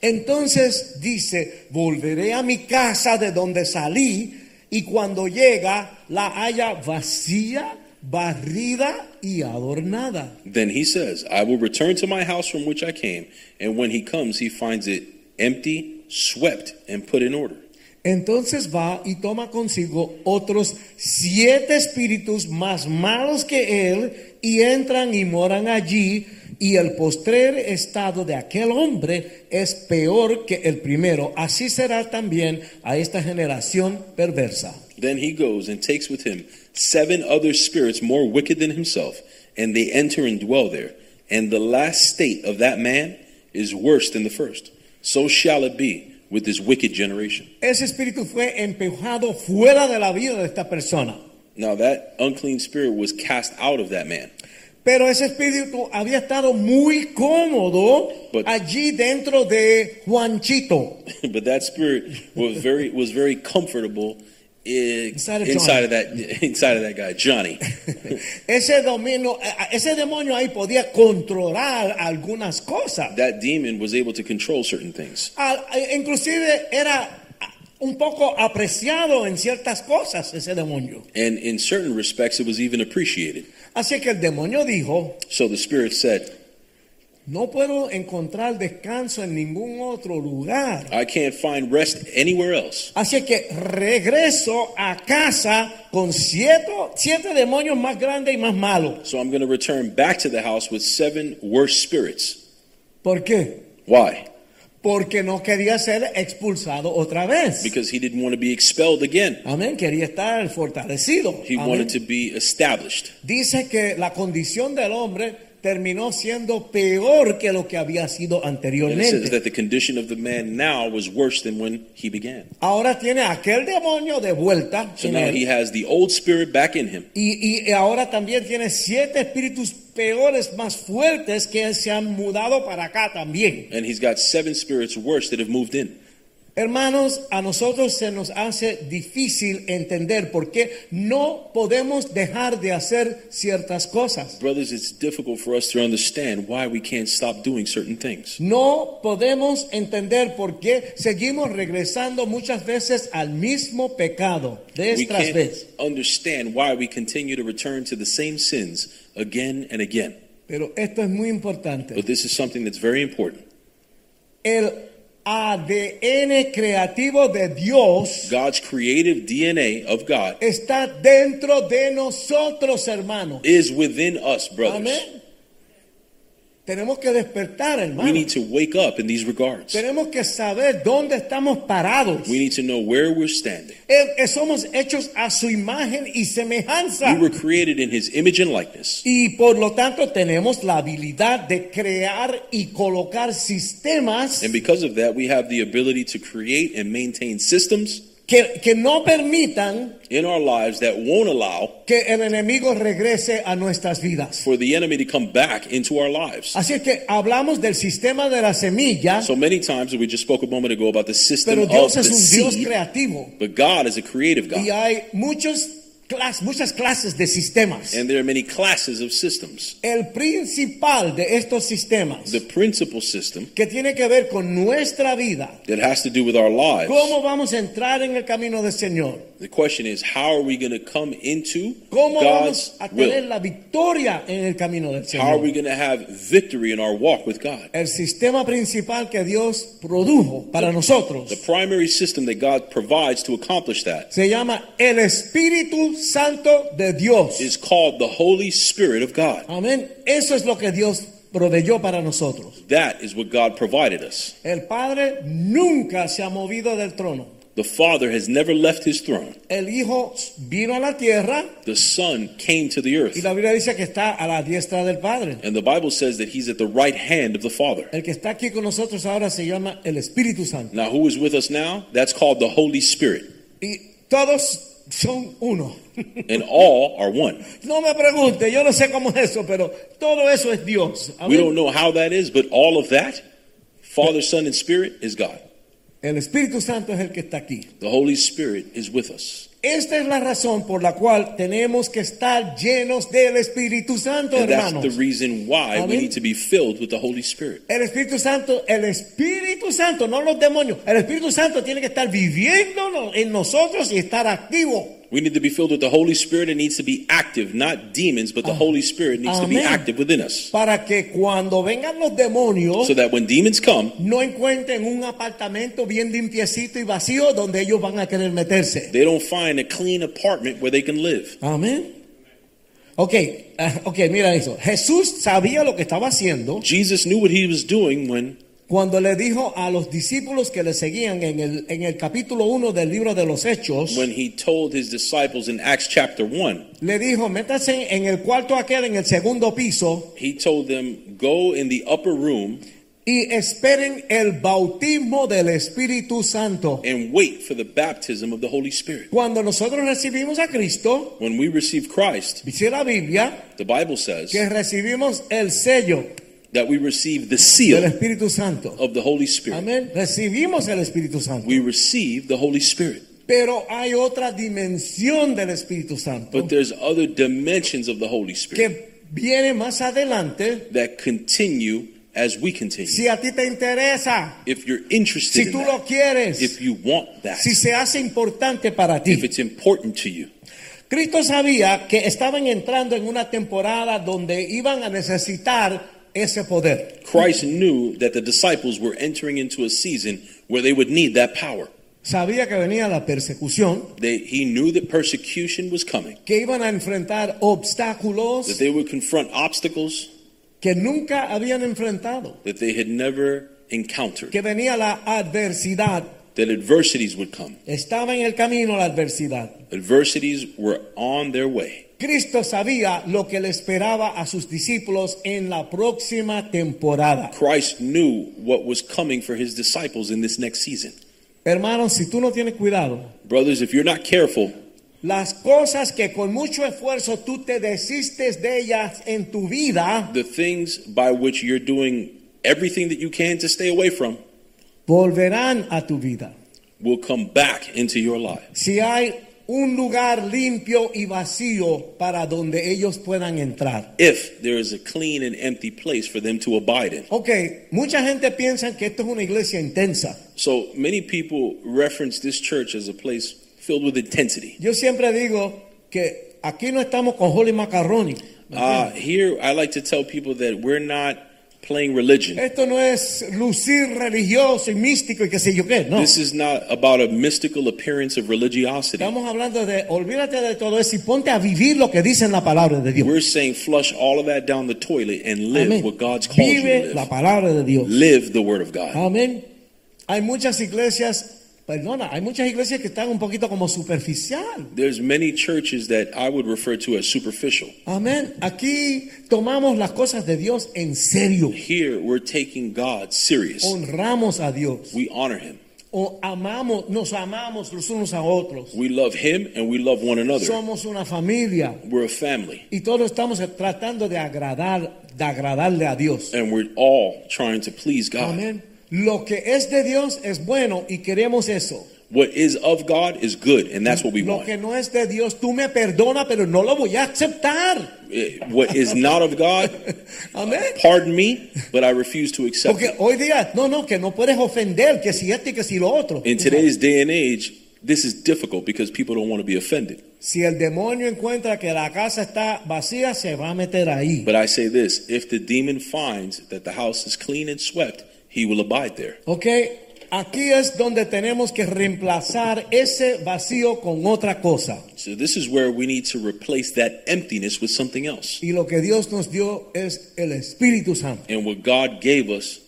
[SPEAKER 2] Entonces dice, volveré a mi casa de donde salí y cuando llega la halla vacía, barrida y adornada.
[SPEAKER 3] Then he says, I will return to my house from which I came. And when he comes, he finds it empty, swept, and put in order.
[SPEAKER 2] Entonces va y toma consigo otros siete espíritus más malos que él y entran y moran allí y el postrer estado de aquel hombre es peor que el primero. Así será también a esta generación perversa.
[SPEAKER 3] Then he goes and takes with him seven other spirits more wicked than himself, and they enter and dwell there. And the last state of that man is worse than the first. So shall it be with this wicked generation.
[SPEAKER 2] Ese espíritu fue empujado fuera de la vida de esta persona.
[SPEAKER 3] Now that unclean spirit was cast out of that man.
[SPEAKER 2] Pero ese espíritu había estado muy cómodo
[SPEAKER 3] But-
[SPEAKER 2] allí dentro de Juanchito.
[SPEAKER 3] but that spirit was very was very comfortable in,
[SPEAKER 2] Inside of
[SPEAKER 3] inside
[SPEAKER 2] Johnny.
[SPEAKER 3] of that inside of that guy Johnny.
[SPEAKER 2] Ese dominio, eh, ese demonio ahí podía controlar algunas cosas.
[SPEAKER 3] that demon was able to control certain things.
[SPEAKER 2] Al- eh, inclusive era ah, un poco apreciado en ciertas cosas ese demonio.
[SPEAKER 3] And in certain respects it was even appreciated.
[SPEAKER 2] Así que el demonio dijo,
[SPEAKER 3] So the spirit said,
[SPEAKER 2] no puedo encontrar descanso en ningún otro lugar.
[SPEAKER 3] I can't find rest anywhere else.
[SPEAKER 2] Así que regreso a casa con siete, siete demonios más grandes y más malos.
[SPEAKER 3] So I'm going to return back to the house with seven worse spirits.
[SPEAKER 2] ¿Por qué?
[SPEAKER 3] Why?
[SPEAKER 2] Porque no quería ser expulsado otra vez.
[SPEAKER 3] Because he didn't want to be expelled again.
[SPEAKER 2] Amén, quería estar fortalecido.
[SPEAKER 3] He
[SPEAKER 2] Amén.
[SPEAKER 3] wanted to be established.
[SPEAKER 2] Dice que la condición del hombre terminó siendo peor que lo que había sido
[SPEAKER 3] And it says
[SPEAKER 2] anteriormente.
[SPEAKER 3] that the condition of the man now was worse than when he began.
[SPEAKER 2] Ahora tiene aquel demonio de vuelta
[SPEAKER 3] So
[SPEAKER 2] en
[SPEAKER 3] now
[SPEAKER 2] él.
[SPEAKER 3] he has the old spirit back in him.
[SPEAKER 2] y, y ahora también tiene siete espíritus peores, más fuertes, que se han mudado para acá también.
[SPEAKER 3] and he's got seven spirits worse that have moved in.
[SPEAKER 2] Hermanos, a nosotros se nos hace difícil entender por qué no podemos dejar de hacer ciertas cosas.
[SPEAKER 3] Brothers, it's difficult for us to understand why we can't stop doing certain things.
[SPEAKER 2] No podemos entender por qué seguimos regresando muchas veces al mismo pecado, vez
[SPEAKER 3] We
[SPEAKER 2] tras
[SPEAKER 3] can't
[SPEAKER 2] vez.
[SPEAKER 3] understand why we continue to return to the same sins again and again.
[SPEAKER 2] Pero esto es muy importante.
[SPEAKER 3] But this is something that's very important.
[SPEAKER 2] El ADN creativo de Dios
[SPEAKER 3] God's creative DNA of God
[SPEAKER 2] está dentro de nosotros, hermanos.
[SPEAKER 3] is within us, brothers.
[SPEAKER 2] Amén. Tenemos que despertar,
[SPEAKER 3] We need
[SPEAKER 2] hermanos.
[SPEAKER 3] to wake up in these regards.
[SPEAKER 2] Tenemos que saber dónde estamos parados.
[SPEAKER 3] We need to know where we're standing.
[SPEAKER 2] Eh, eh, Somos hechos a su imagen y semejanza.
[SPEAKER 3] We were created in his image and likeness.
[SPEAKER 2] Y por lo tanto tenemos la habilidad de crear y colocar sistemas
[SPEAKER 3] And because of that, we have the ability to create and maintain systems
[SPEAKER 2] que, que no permitan
[SPEAKER 3] in our lives that won't allow
[SPEAKER 2] que el enemigo regrese a nuestras vidas.
[SPEAKER 3] for the enemy to come back into our lives.
[SPEAKER 2] Así es que hablamos del sistema de la semilla,
[SPEAKER 3] So many times, we just spoke a moment ago about the system
[SPEAKER 2] pero
[SPEAKER 3] of
[SPEAKER 2] Dios
[SPEAKER 3] the
[SPEAKER 2] es un Dios
[SPEAKER 3] seed,
[SPEAKER 2] creativo
[SPEAKER 3] but God is a creative
[SPEAKER 2] y
[SPEAKER 3] God.
[SPEAKER 2] hay muchos clas- muchas clases de sistemas.
[SPEAKER 3] And there are many classes of systems.
[SPEAKER 2] El principal de estos sistemas
[SPEAKER 3] The principal system
[SPEAKER 2] que tiene que ver con nuestra vida,
[SPEAKER 3] that has to do with our lives.
[SPEAKER 2] cómo vamos a entrar en el camino del Señor,
[SPEAKER 3] The question is, how are we going to come into
[SPEAKER 2] cómo
[SPEAKER 3] God's
[SPEAKER 2] vamos a tener
[SPEAKER 3] will?
[SPEAKER 2] la victoria en el camino del
[SPEAKER 3] How are
[SPEAKER 2] Señor.
[SPEAKER 3] we going to have victory in our walk with God?
[SPEAKER 2] El sistema principal que Dios produjo para nosotros
[SPEAKER 3] The primary system that God provides to accomplish that
[SPEAKER 2] se llama el Espíritu Santo de Dios.
[SPEAKER 3] is called the Holy Spirit of God.
[SPEAKER 2] Amén. Eso es lo que Dios proveyó para nosotros.
[SPEAKER 3] That is what God provided us.
[SPEAKER 2] El Padre nunca se ha movido del trono.
[SPEAKER 3] The Father has never left his throne.
[SPEAKER 2] El Hijo vino a la tierra
[SPEAKER 3] The Son came to the
[SPEAKER 2] y
[SPEAKER 3] earth.
[SPEAKER 2] la Biblia dice que está a la diestra del Padre.
[SPEAKER 3] And the Bible says that he's at the right hand of the Father.
[SPEAKER 2] El que está aquí con nosotros ahora se llama el Espíritu Santo.
[SPEAKER 3] Now, who is with us now? That's called the Holy Spirit.
[SPEAKER 2] Y todos son uno.
[SPEAKER 3] And all are one.
[SPEAKER 2] No me pregunte, yo no sé cómo es eso, pero todo eso es Dios.
[SPEAKER 3] We
[SPEAKER 2] Amén.
[SPEAKER 3] don't know how that is, but all of that, Father, Son, and Spirit, is God.
[SPEAKER 2] El Espíritu Santo es el que está aquí.
[SPEAKER 3] The Holy Spirit is with us.
[SPEAKER 2] Esta es la razón por la cual tenemos que estar llenos del Espíritu Santo,
[SPEAKER 3] And that's
[SPEAKER 2] hermanos.
[SPEAKER 3] the reason why we
[SPEAKER 2] Amén.
[SPEAKER 3] need to be filled with the Holy Spirit.
[SPEAKER 2] El Espíritu Santo, el Espíritu Santo, no los demonios. El Espíritu Santo tiene que estar viviendo en nosotros y estar activo.
[SPEAKER 3] We need to be filled with the Holy Spirit. It needs to be active, not demons, but the Holy Spirit needs to be
[SPEAKER 2] Amén.
[SPEAKER 3] active within us.
[SPEAKER 2] Para que cuando vengan los demonios
[SPEAKER 3] So that when demons come,
[SPEAKER 2] no encuentren un apartamento bien limpiecito y vacío donde ellos van a querer meterse.
[SPEAKER 3] they don't find a clean apartment where they can live.
[SPEAKER 2] Amén. Ok, ah, ok, mira eso. Jesús sabía lo que estaba haciendo
[SPEAKER 3] Jesus knew what he was doing when
[SPEAKER 2] cuando le dijo a los discípulos que le seguían en el, en el capítulo 1 del libro de los Hechos.
[SPEAKER 3] when he told his disciples in Acts chapter 1.
[SPEAKER 2] Le dijo, métanse en el cuarto aquel, en el segundo piso,
[SPEAKER 3] He told them, "Go in the upper room
[SPEAKER 2] y esperen el bautismo del Espíritu Santo.
[SPEAKER 3] and wait for the baptism of the Holy Spirit."
[SPEAKER 2] Cuando nosotros recibimos a Cristo,
[SPEAKER 3] When we receive Christ,
[SPEAKER 2] dice la Biblia,
[SPEAKER 3] the Bible says
[SPEAKER 2] que recibimos el sello
[SPEAKER 3] that we receive the
[SPEAKER 2] del
[SPEAKER 3] seal
[SPEAKER 2] Espíritu Santo.
[SPEAKER 3] of the Holy Spirit.
[SPEAKER 2] Amén. Recibimos el Espíritu Santo.
[SPEAKER 3] We receive the Holy Spirit.
[SPEAKER 2] Pero hay otra dimensión del Espíritu Santo
[SPEAKER 3] But there's other dimensions of the Holy Spirit
[SPEAKER 2] que viene más adelante.
[SPEAKER 3] that continue as we continue.
[SPEAKER 2] Si a ti te interesa,
[SPEAKER 3] If you're interested
[SPEAKER 2] si
[SPEAKER 3] in
[SPEAKER 2] tú
[SPEAKER 3] that,
[SPEAKER 2] lo quieres,
[SPEAKER 3] if you want that,
[SPEAKER 2] si se hace importante para ti.
[SPEAKER 3] if it's important to you.
[SPEAKER 2] Cristo sabía que estaban entrando en una temporada donde iban a necesitar ese poder.
[SPEAKER 3] Christ knew that the disciples were entering into a season where they would need that power.
[SPEAKER 2] Sabía que venía la persecución,
[SPEAKER 3] They, he knew that persecution was coming,
[SPEAKER 2] que iban a enfrentar
[SPEAKER 3] that
[SPEAKER 2] obstáculos
[SPEAKER 3] they would confront obstacles
[SPEAKER 2] que nunca habían enfrentado,
[SPEAKER 3] that they had never encountered,
[SPEAKER 2] que venía la adversidad.
[SPEAKER 3] that adversities would come.
[SPEAKER 2] Estaba en el camino la adversidad.
[SPEAKER 3] Adversities were on their way.
[SPEAKER 2] Cristo sabía lo que le esperaba a sus discípulos en la próxima temporada.
[SPEAKER 3] Christ knew what was coming for his disciples in this next season.
[SPEAKER 2] Hermanos, si tú no tienes cuidado,
[SPEAKER 3] Brothers, if you're not careful,
[SPEAKER 2] Las cosas que con mucho esfuerzo tú te desistes de ellas en tu vida,
[SPEAKER 3] the things by which you're doing everything that you can to stay away from
[SPEAKER 2] volverán a tu vida.
[SPEAKER 3] will come back into your life.
[SPEAKER 2] Si hay un lugar limpio y vacío para donde ellos puedan entrar.
[SPEAKER 3] If there is a clean and empty place for them to abide in.
[SPEAKER 2] Ok, mucha gente piensa que esto es una iglesia intensa.
[SPEAKER 3] So many people reference this church as a place filled with intensity.
[SPEAKER 2] Yo siempre digo que aquí no estamos con Holy Macaroni.
[SPEAKER 3] Uh, here, I like to tell people that we're not playing religion.
[SPEAKER 2] Esto no es lucir religioso y místico y qué sé yo qué, no.
[SPEAKER 3] This is not about a mystical appearance of religiosity.
[SPEAKER 2] Estamos hablando de olvídate de todo eso y ponte a vivir lo que dice en la palabra de Dios.
[SPEAKER 3] We're saying flush all of that down the toilet and live
[SPEAKER 2] Amén.
[SPEAKER 3] what God's called you
[SPEAKER 2] Vive
[SPEAKER 3] to
[SPEAKER 2] la
[SPEAKER 3] live.
[SPEAKER 2] palabra de Dios.
[SPEAKER 3] Live the Word of God.
[SPEAKER 2] Amén. Hay muchas iglesias, perdona, hay muchas iglesias que están un poquito como superficial.
[SPEAKER 3] There's many churches that I would refer to as superficial.
[SPEAKER 2] Amén. Aquí tomamos las cosas de Dios en serio.
[SPEAKER 3] Here, we're taking God serious.
[SPEAKER 2] Oh, Honramos a Dios.
[SPEAKER 3] We honor Him.
[SPEAKER 2] O amamos, nos amamos los unos a otros.
[SPEAKER 3] We love Him and we love one another.
[SPEAKER 2] Somos una familia
[SPEAKER 3] We're a family
[SPEAKER 2] y todos estamos tratando de agradar, de agradarle a Dios.
[SPEAKER 3] and we're all trying to please God.
[SPEAKER 2] Amén. Lo que es de Dios es bueno y queremos eso.
[SPEAKER 3] What is of God is good, and that's what we
[SPEAKER 2] Lo
[SPEAKER 3] want.
[SPEAKER 2] que no es de Dios, tú me perdona, pero no lo voy a aceptar.
[SPEAKER 3] Eh, What is not of God,
[SPEAKER 2] Amén.
[SPEAKER 3] pardon me, but I refuse to accept.
[SPEAKER 2] Porque
[SPEAKER 3] it.
[SPEAKER 2] hoy día, no, no, que no puedes ofender, que si este, que si lo otro.
[SPEAKER 3] In today's day and age, this is difficult because people don't want to be offended.
[SPEAKER 2] Si el demonio encuentra que la casa está vacía, se va a meter ahí.
[SPEAKER 3] But I say this if the demon finds that the house is clean and swept, he will abide there.
[SPEAKER 2] Ok, aquí es donde tenemos que reemplazar ese vacío con otra cosa.
[SPEAKER 3] So, this is where we need to replace that emptiness with something else.
[SPEAKER 2] Y lo que Dios nos dio es el Espíritu Santo.
[SPEAKER 3] And what God gave us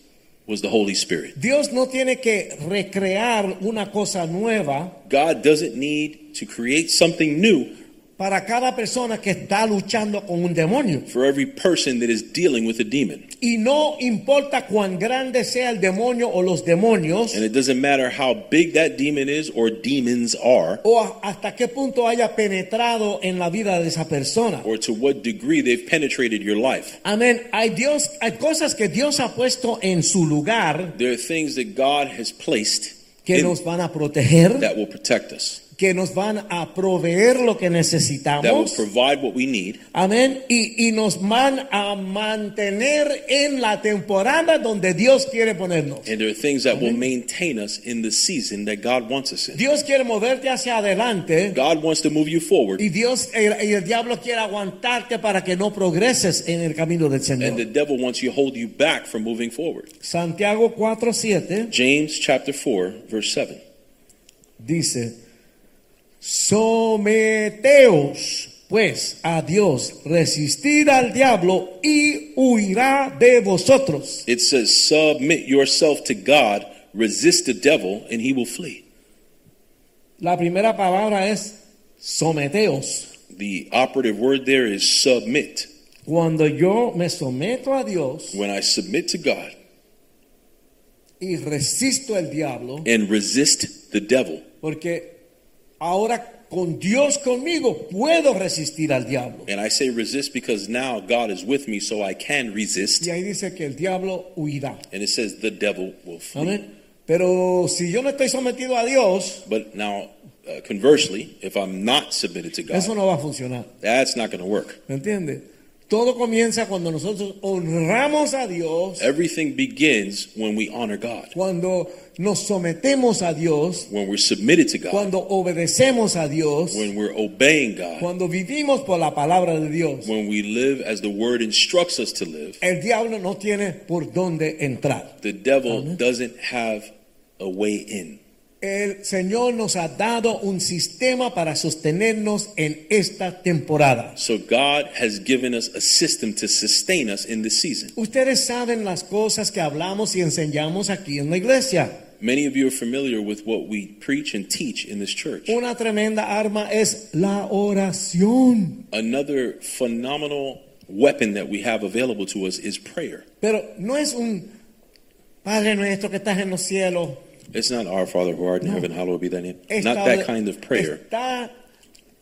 [SPEAKER 3] was the Holy Spirit.
[SPEAKER 2] Dios no tiene que recrear una cosa nueva
[SPEAKER 3] God doesn't need to create something new
[SPEAKER 2] para cada persona que está luchando con un demonio.
[SPEAKER 3] for every person that is dealing with a demon.
[SPEAKER 2] Y no importa cuán grande sea el demonio o los demonios,
[SPEAKER 3] And it doesn't matter how big that demon is or demons are,
[SPEAKER 2] o a- hasta qué punto haya penetrado en la vida de esa persona.
[SPEAKER 3] or to what degree they've penetrated your life.
[SPEAKER 2] Amén. Hay Dios, hay cosas que Dios ha puesto en su lugar
[SPEAKER 3] There are things that God has placed
[SPEAKER 2] que
[SPEAKER 3] in-
[SPEAKER 2] nos van a proteger,
[SPEAKER 3] that will protect us,
[SPEAKER 2] que nos van a proveer lo que
[SPEAKER 3] that will
[SPEAKER 2] necesitamos.
[SPEAKER 3] provide what we need,
[SPEAKER 2] Amén. Y, y nos van a mantener en la temporada donde Dios quiere ponernos.
[SPEAKER 3] and there are things that will maintain us in the season that God wants us in.
[SPEAKER 2] Dios quiere moverte hacia adelante
[SPEAKER 3] God wants to move you forward,
[SPEAKER 2] y Dios y el, y el diablo quiere aguantarte para que no progreses en el camino del
[SPEAKER 3] and the
[SPEAKER 2] Señor.
[SPEAKER 3] devil wants to hold you back from moving forward.
[SPEAKER 2] Santiago 4:7
[SPEAKER 3] James chapter 4, verse 7.
[SPEAKER 2] dice, someteos pues a Dios, resistid al diablo y huirá de vosotros.
[SPEAKER 3] It says, Submit yourself to God, resist the devil, and he will flee.
[SPEAKER 2] La primera palabra es someteos.
[SPEAKER 3] The operative word there is submit.
[SPEAKER 2] Cuando yo me someto a Dios
[SPEAKER 3] When I submit to God
[SPEAKER 2] y resisto al diablo,
[SPEAKER 3] and resist the devil,
[SPEAKER 2] porque ahora con Dios conmigo puedo resistir al diablo.
[SPEAKER 3] and I say resist because now God is with me, so I can resist.
[SPEAKER 2] Y ahí dice que el diablo huirá.
[SPEAKER 3] And it says the devil will flee.
[SPEAKER 2] Amén. Pero si yo no estoy sometido a Dios,
[SPEAKER 3] But now, uh, conversely, if I'm not submitted to God,
[SPEAKER 2] eso no va a funcionar.
[SPEAKER 3] that's not going to work.
[SPEAKER 2] ¿Me entiendes? Todo comienza cuando nosotros honramos a Dios,
[SPEAKER 3] Everything begins when we honor God,
[SPEAKER 2] cuando nos sometemos a Dios,
[SPEAKER 3] when we're submitted to God,
[SPEAKER 2] cuando obedecemos a Dios,
[SPEAKER 3] when we're obeying God,
[SPEAKER 2] cuando vivimos por la palabra de Dios.
[SPEAKER 3] when we live as the Word instructs us to live.
[SPEAKER 2] El diablo no tiene por dónde entrar.
[SPEAKER 3] The devil
[SPEAKER 2] Amen.
[SPEAKER 3] doesn't have a way in.
[SPEAKER 2] El Señor nos ha dado un sistema para sostenernos en esta temporada.
[SPEAKER 3] So God has given us a system to sustain us in this season.
[SPEAKER 2] Ustedes saben las cosas que hablamos y enseñamos aquí en la iglesia.
[SPEAKER 3] Many of you are familiar with what we preach and teach in this church.
[SPEAKER 2] Una tremenda arma es la oración.
[SPEAKER 3] Another phenomenal weapon that we have available to us is prayer.
[SPEAKER 2] Pero no es un Padre nuestro que estás en los cielos.
[SPEAKER 3] It's not our Father who art in
[SPEAKER 2] No.
[SPEAKER 3] heaven, hallowed be thy name. Not
[SPEAKER 2] Estable-
[SPEAKER 3] that kind of prayer.
[SPEAKER 2] Está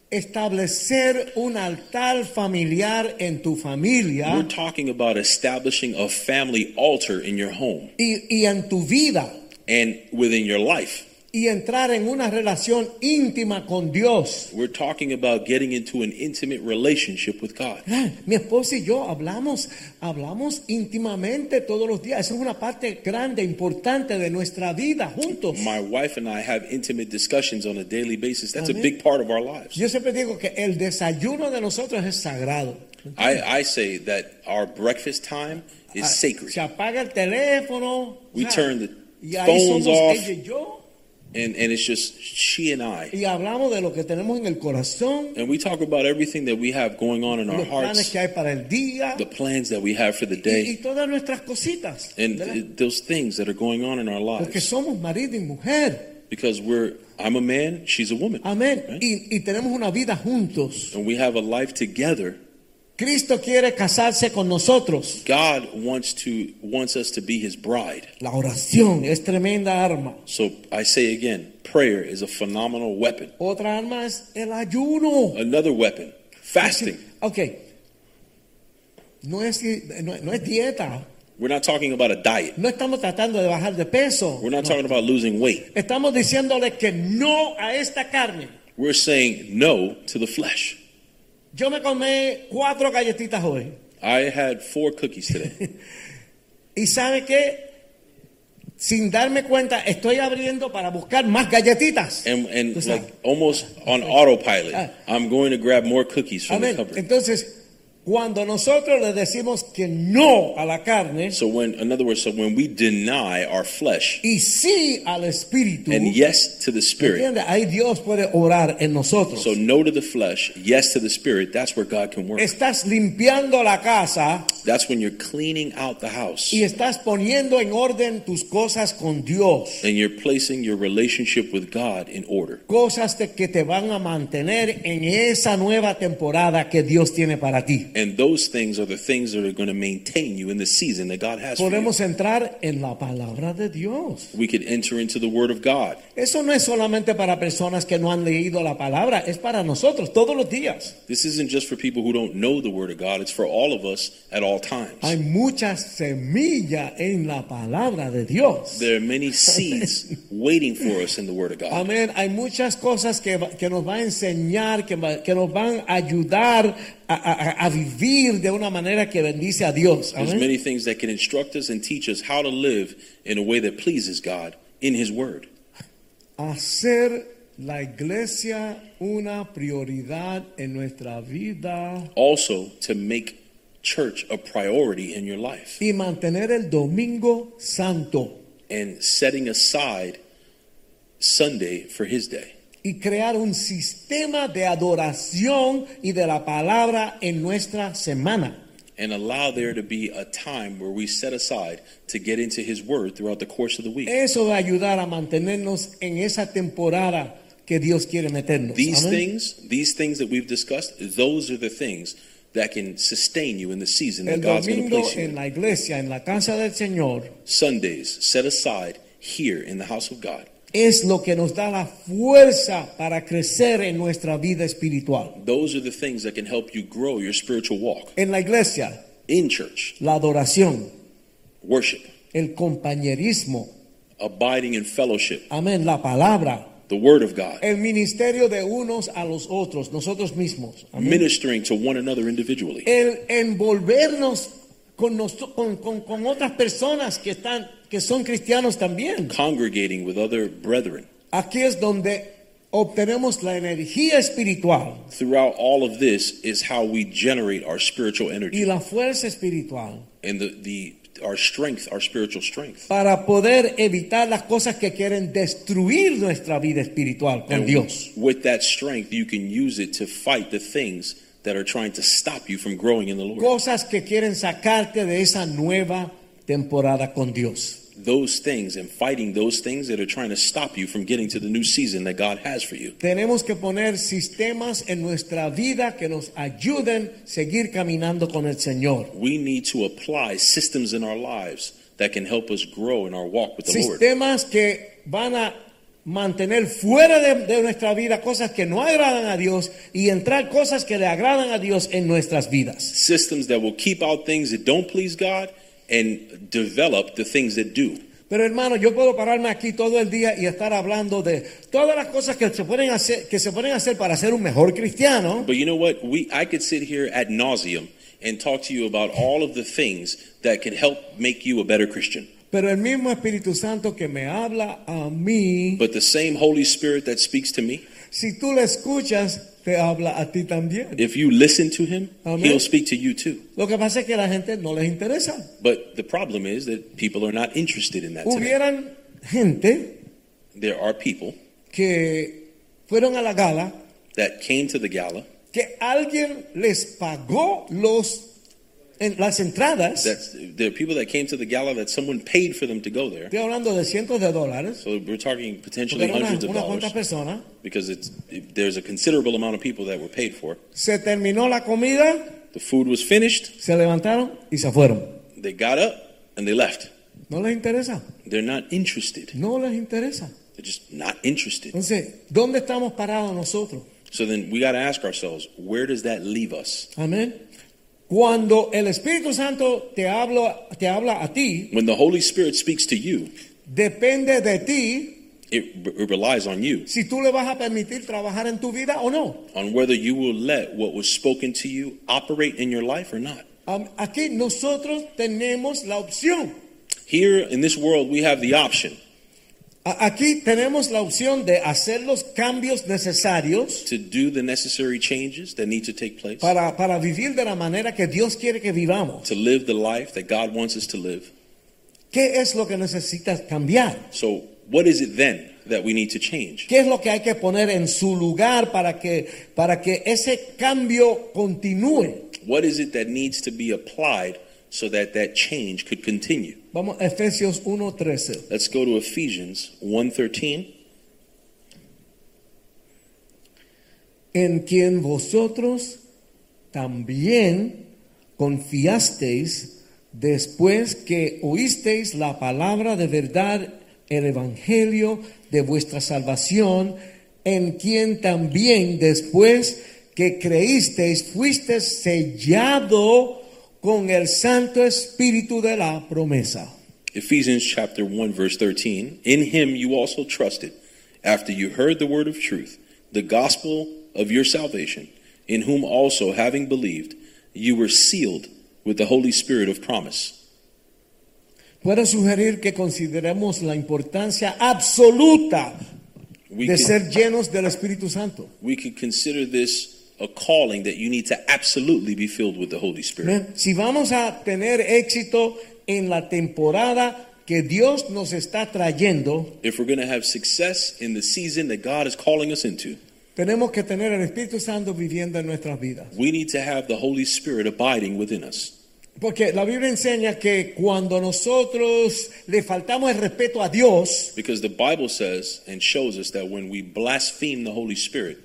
[SPEAKER 2] establecer un altar familiar en tu familia
[SPEAKER 3] We're talking about establishing a family altar in your home
[SPEAKER 2] y, y en tu vida
[SPEAKER 3] and within your life.
[SPEAKER 2] y entrar en una relación íntima con Dios.
[SPEAKER 3] We're talking about getting into an intimate relationship with God.
[SPEAKER 2] Ah, Mi esposa y yo hablamos, hablamos íntimamente todos los días. Esa es una parte grande, importante de nuestra vida juntos.
[SPEAKER 3] My wife and I have intimate discussions on a daily basis. That's a
[SPEAKER 2] Amen.
[SPEAKER 3] big part of our lives.
[SPEAKER 2] Yo siempre digo que el desayuno de nosotros es sagrado.
[SPEAKER 3] I, I say that our breakfast time is sacred.
[SPEAKER 2] Se apaga el teléfono.
[SPEAKER 3] We
[SPEAKER 2] o sea,
[SPEAKER 3] turn the
[SPEAKER 2] y ahí
[SPEAKER 3] phones
[SPEAKER 2] somos
[SPEAKER 3] off.
[SPEAKER 2] ella y yo
[SPEAKER 3] And, and it's just she and I.
[SPEAKER 2] y hablamos de lo que tenemos en el corazón,
[SPEAKER 3] And we talk about everything that we have going on in our
[SPEAKER 2] los planes
[SPEAKER 3] hearts,
[SPEAKER 2] que hay para el día
[SPEAKER 3] the plans that we have for the
[SPEAKER 2] y, y
[SPEAKER 3] day,
[SPEAKER 2] todas nuestras cositas.
[SPEAKER 3] and
[SPEAKER 2] ¿verdad?
[SPEAKER 3] th- those things that are going on in our
[SPEAKER 2] Porque
[SPEAKER 3] lives.
[SPEAKER 2] somos marido y mujer.
[SPEAKER 3] Because we're, I'm a man, she's a woman.
[SPEAKER 2] Amén.
[SPEAKER 3] Right?
[SPEAKER 2] Y, y tenemos una vida juntos.
[SPEAKER 3] And we have a life together.
[SPEAKER 2] Cristo quiere casarse con nosotros.
[SPEAKER 3] God wants to wants us to be His bride.
[SPEAKER 2] La oración es tremenda arma.
[SPEAKER 3] So I say again, prayer is a phenomenal weapon.
[SPEAKER 2] Otra arma es el ayuno.
[SPEAKER 3] Another weapon, fasting.
[SPEAKER 2] Ok. No es, no, no es dieta.
[SPEAKER 3] We're not talking about a diet.
[SPEAKER 2] No estamos tratando de bajar de peso.
[SPEAKER 3] We're not
[SPEAKER 2] No.
[SPEAKER 3] talking about losing weight.
[SPEAKER 2] Estamos diciéndole que no a esta carne.
[SPEAKER 3] We're saying no to the flesh.
[SPEAKER 2] Yo me comí cuatro galletitas hoy.
[SPEAKER 3] I had four cookies today.
[SPEAKER 2] Y sabe qué? Sin darme cuenta, estoy abriendo para buscar más galletitas.
[SPEAKER 3] and
[SPEAKER 2] Tú
[SPEAKER 3] and
[SPEAKER 2] sabes.
[SPEAKER 3] like almost on autopilot,
[SPEAKER 2] Ah.
[SPEAKER 3] I'm going to grab more cookies from the
[SPEAKER 2] Amén.
[SPEAKER 3] cupboard.
[SPEAKER 2] Entonces, cuando nosotros le decimos que no a la carne
[SPEAKER 3] So when in other words, so when we deny our flesh
[SPEAKER 2] y sí al espíritu,
[SPEAKER 3] and yes to the spirit.
[SPEAKER 2] ¿entiende? ahí Dios puede orar en nosotros.
[SPEAKER 3] So no to the flesh, yes to the spirit, that's where God can work.
[SPEAKER 2] estás limpiando la casa
[SPEAKER 3] That's when you're cleaning out the house
[SPEAKER 2] y estás poniendo en orden tus cosas con Dios.
[SPEAKER 3] and you're placing your relationship with God in order.
[SPEAKER 2] Cosas de- que te van a mantener en esa nueva temporada que Dios tiene para ti.
[SPEAKER 3] And those things are the things that are going to maintain you in the season that God has for you.
[SPEAKER 2] Podemos entrar en la palabra de Dios.
[SPEAKER 3] We could enter into the Word of God.
[SPEAKER 2] Eso no es solamente para personas que no han leído la palabra, es para nosotros todos los días.
[SPEAKER 3] This isn't just for people who don't know the Word of God, it's for all of us at all times.
[SPEAKER 2] Hay muchas semillas en la palabra de Dios.
[SPEAKER 3] There are many seeds waiting for us in the Word of God.
[SPEAKER 2] Amén. Hay muchas cosas que, va- que nos va a enseñar, que, va- que nos van a ayudar a, a- a vivir de una manera que bendice a Dios.
[SPEAKER 3] There's
[SPEAKER 2] Amén.
[SPEAKER 3] many things that can instruct us and teach us how to live in a way that pleases God in His Word.
[SPEAKER 2] Hacer la iglesia una prioridad en nuestra vida
[SPEAKER 3] Also, to make church a priority in your life
[SPEAKER 2] y mantener el domingo santo.
[SPEAKER 3] and setting aside Sunday for His day.
[SPEAKER 2] y crear un sistema de adoración y de la palabra en nuestra semana.
[SPEAKER 3] and allow there to be a time where we set aside to get into his word throughout the course of the week.
[SPEAKER 2] Eso va a ayudar a mantenernos en esa temporada que Dios quiere meternos.
[SPEAKER 3] These
[SPEAKER 2] Amén.
[SPEAKER 3] things, these things that we've discussed, those are the things that can sustain you in the season that
[SPEAKER 2] El
[SPEAKER 3] God's going to
[SPEAKER 2] domingo
[SPEAKER 3] place you
[SPEAKER 2] en
[SPEAKER 3] in.
[SPEAKER 2] la iglesia, en la casa del Señor,
[SPEAKER 3] Sundays set aside here in the house of God.
[SPEAKER 2] es lo que nos da la fuerza para crecer en nuestra vida espiritual.
[SPEAKER 3] Those are the things that can help you grow your spiritual walk
[SPEAKER 2] En la iglesia,
[SPEAKER 3] in church,
[SPEAKER 2] la adoración,
[SPEAKER 3] worship,
[SPEAKER 2] el compañerismo,
[SPEAKER 3] abiding in fellowship,
[SPEAKER 2] amén, la palabra,
[SPEAKER 3] the word of God,
[SPEAKER 2] el ministerio de unos a los otros, nosotros mismos. Amén.
[SPEAKER 3] ministering to one another individually,
[SPEAKER 2] el envolvernos con, noso- con, con- con otras personas que, están, que son cristianos también.
[SPEAKER 3] congregating with other brethren.
[SPEAKER 2] Aquí es donde obtenemos la energía espiritual
[SPEAKER 3] Throughout all of this is how we generate our spiritual energy.
[SPEAKER 2] y la fuerza espiritual
[SPEAKER 3] and the, the our strength, our spiritual strength,
[SPEAKER 2] para poder evitar las cosas que quieren destruir nuestra vida espiritual con
[SPEAKER 3] and
[SPEAKER 2] Dios.
[SPEAKER 3] With that strength, you can use it to fight the things that are trying to stop you from growing in the Lord.
[SPEAKER 2] Cosas que quieren sacarte de esa nueva temporada con Dios.
[SPEAKER 3] Those things and fighting those things that are trying to stop you from getting to the new season that God has for you.
[SPEAKER 2] Tenemos que poner sistemas en nuestra vida que nos ayuden a seguir caminando con el Señor.
[SPEAKER 3] We need to apply systems in our lives that can help us grow in our walk with the Lord.
[SPEAKER 2] sistemas que van a mantener fuera de, de nuestra vida cosas que no agradan a Dios y entrar cosas que le agradan a Dios en nuestras vidas.
[SPEAKER 3] Systems that will keep out things that don't please God and develop the things that do.
[SPEAKER 2] Pero hermano, yo puedo pararme aquí todo el día y estar hablando de todas las cosas que se pueden hacer, que se pueden hacer para ser un mejor cristiano.
[SPEAKER 3] But you know what? We I could sit here ad nauseum and talk to you about all of the things that could help make you a better Christian.
[SPEAKER 2] Pero el mismo Espíritu Santo que me habla a mí,
[SPEAKER 3] But the same Holy Spirit that speaks to me,
[SPEAKER 2] si tú le escuchas, te habla a ti también.
[SPEAKER 3] if you listen to him,
[SPEAKER 2] Amen.
[SPEAKER 3] he'll speak to you too.
[SPEAKER 2] Lo que pasa es que a la gente no les interesa.
[SPEAKER 3] But the problem is that people are not interested in that today.
[SPEAKER 2] Hubieran gente
[SPEAKER 3] There are people
[SPEAKER 2] que fueron a la gala,
[SPEAKER 3] that came to the gala
[SPEAKER 2] que alguien les pagó los en- las entradas.
[SPEAKER 3] that's there are people that came to the gala that someone paid for them to go there.
[SPEAKER 2] Estoy hablando de cientos de dólares.
[SPEAKER 3] So we're talking
[SPEAKER 2] Porque
[SPEAKER 3] potentially
[SPEAKER 2] eran
[SPEAKER 3] hundreds
[SPEAKER 2] unas
[SPEAKER 3] of
[SPEAKER 2] unas cuantas
[SPEAKER 3] dollars
[SPEAKER 2] personas.
[SPEAKER 3] because it's there's a considerable amount of people that were paid for.
[SPEAKER 2] Se terminó la comida,
[SPEAKER 3] The food was finished,
[SPEAKER 2] se levantaron y se fueron.
[SPEAKER 3] they got up and they left.
[SPEAKER 2] No les interesa,
[SPEAKER 3] They're not interested.
[SPEAKER 2] no les interesa.
[SPEAKER 3] They're just not interested.
[SPEAKER 2] Entonces, ¿dónde estamos parados nosotros?
[SPEAKER 3] So then we got to ask ourselves, where does that leave us?
[SPEAKER 2] Amén. Cuando el Espíritu Santo te habla, te habla a ti,
[SPEAKER 3] When the Holy Spirit speaks to you,
[SPEAKER 2] depende de ti
[SPEAKER 3] it, it relies on you,
[SPEAKER 2] si tú le vas a permitir trabajar en tu vida o no.
[SPEAKER 3] on whether you will let what was spoken to you operate in your life or not.
[SPEAKER 2] Am- Aquí nosotros tenemos la opción.
[SPEAKER 3] Here in this world, we have the option
[SPEAKER 2] A- Aquí tenemos la opción de hacer los cambios necesarios
[SPEAKER 3] to do the necessary changes that need to take place,
[SPEAKER 2] para, para vivir de la manera que Dios quiere que vivamos.
[SPEAKER 3] to live the life that God wants us to live.
[SPEAKER 2] ¿Qué es lo que necesitas cambiar?
[SPEAKER 3] So, what is it then that we need to change?
[SPEAKER 2] ¿Qué es lo que hay que poner en su lugar para que, para que ese cambio continúe?
[SPEAKER 3] What is it that needs to be applied so that that change could continue?
[SPEAKER 2] Vamos a Efesios 1.13.
[SPEAKER 3] Let's go to Ephesians 1:13.
[SPEAKER 2] en quien vosotros también confiasteis después que oísteis la palabra de verdad, el evangelio de vuestra salvación, en quien también después que creísteis fuiste sellado con el Santo Espíritu de la promesa.
[SPEAKER 3] Ephesians chapter 1 verse 13. In him you also trusted after you heard the word of truth, the gospel of your salvation, in whom also having believed, you were sealed with the Holy Spirit of promise.
[SPEAKER 2] Puedo sugerir que consideremos la importancia absoluta
[SPEAKER 3] We
[SPEAKER 2] de
[SPEAKER 3] could,
[SPEAKER 2] ser llenos del Espíritu Santo.
[SPEAKER 3] we could consider this a calling that you need to absolutely be filled with the Holy Spirit.
[SPEAKER 2] Amén. Si vamos a tener éxito en la temporada que Dios nos está trayendo,
[SPEAKER 3] If we're going to have success in the season that God is calling us into,
[SPEAKER 2] tenemos que tener el Espíritu Santo viviendo en nuestras vidas.
[SPEAKER 3] we need to have the Holy Spirit abiding within us.
[SPEAKER 2] Porque la Biblia enseña que cuando nosotros le faltamos el respeto a Dios,
[SPEAKER 3] Because the Bible says and shows us that when we blaspheme the Holy Spirit,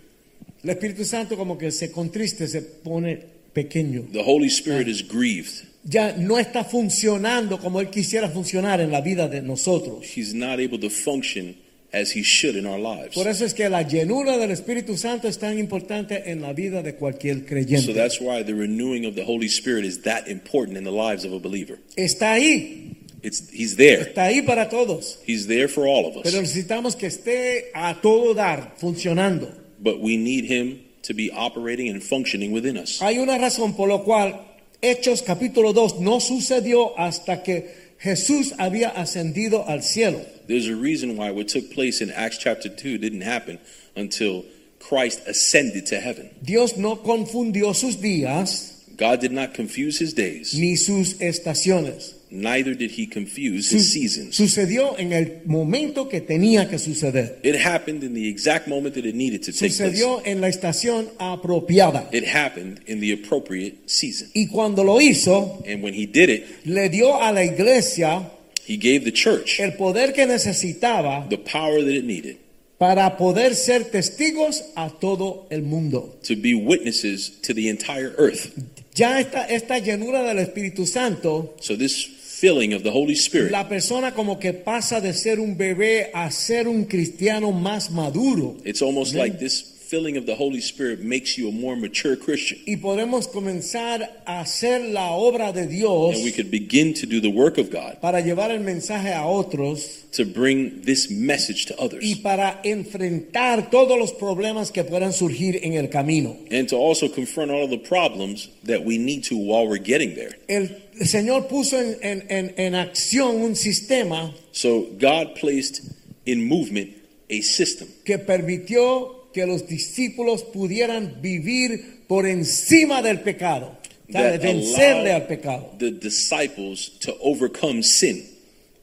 [SPEAKER 2] el Espíritu Santo como que se contriste, se pone pequeño.
[SPEAKER 3] the Holy Spirit is grieved.
[SPEAKER 2] Ya no está funcionando como Él quisiera funcionar en la vida de nosotros.
[SPEAKER 3] He's not able to function as he should in our lives.
[SPEAKER 2] Por eso es que la llenura del Espíritu Santo es tan importante en la vida de cualquier creyente.
[SPEAKER 3] So that's why the renewing of the Holy Spirit is that important in the lives of a believer.
[SPEAKER 2] está ahí,
[SPEAKER 3] It's he's there.
[SPEAKER 2] Está ahí para todos.
[SPEAKER 3] He's there for all of
[SPEAKER 2] Pero
[SPEAKER 3] us.
[SPEAKER 2] necesitamos que esté a todo dar, funcionando.
[SPEAKER 3] But we need him to be operating and functioning within us.
[SPEAKER 2] Hay una razón por la cual Hechos capítulo 2 no sucedió hasta que Jesús había ascendido al cielo.
[SPEAKER 3] There's a reason why what took place in Acts chapter 2 didn't happen until Christ ascended to heaven.
[SPEAKER 2] Dios no confundió sus días
[SPEAKER 3] God did not confuse his days.
[SPEAKER 2] ni sus estaciones.
[SPEAKER 3] neither did he confuse his seasons.
[SPEAKER 2] Sucedió en el momento que tenía que suceder.
[SPEAKER 3] It happened in the exact moment that it needed to take place.
[SPEAKER 2] Sucedió en la estación apropiada.
[SPEAKER 3] It happened in the appropriate season.
[SPEAKER 2] Y cuando lo hizo,
[SPEAKER 3] And when he did it,
[SPEAKER 2] le dio a la iglesia
[SPEAKER 3] he gave the church
[SPEAKER 2] el poder que necesitaba
[SPEAKER 3] the power that it needed
[SPEAKER 2] para poder ser testigos a todo el mundo.
[SPEAKER 3] to be witnesses to the entire earth.
[SPEAKER 2] Ya esta, esta llenura del Espíritu Santo,
[SPEAKER 3] So this filling of the Holy Spirit,
[SPEAKER 2] la persona como que pasa de ser un bebé a ser un cristiano más maduro.
[SPEAKER 3] it's almost like this filling of the Holy Spirit makes you a more mature Christian.
[SPEAKER 2] Y podemos comenzar a hacer la obra de Dios
[SPEAKER 3] And we could begin to do the work of God
[SPEAKER 2] para llevar el mensaje a otros
[SPEAKER 3] to bring this message to
[SPEAKER 2] y
[SPEAKER 3] others
[SPEAKER 2] para enfrentar todos los problemas que puedan surgir en el camino.
[SPEAKER 3] and to also confront all the problems that we need to while we're getting there.
[SPEAKER 2] El Señor puso en- en- en- en acción un sistema
[SPEAKER 3] So God placed in movement a system
[SPEAKER 2] que permitió que los discípulos pudieran vivir por encima del pecado, ¿sabe?
[SPEAKER 3] that
[SPEAKER 2] vencerle al pecado,
[SPEAKER 3] allowed the disciples to overcome sin,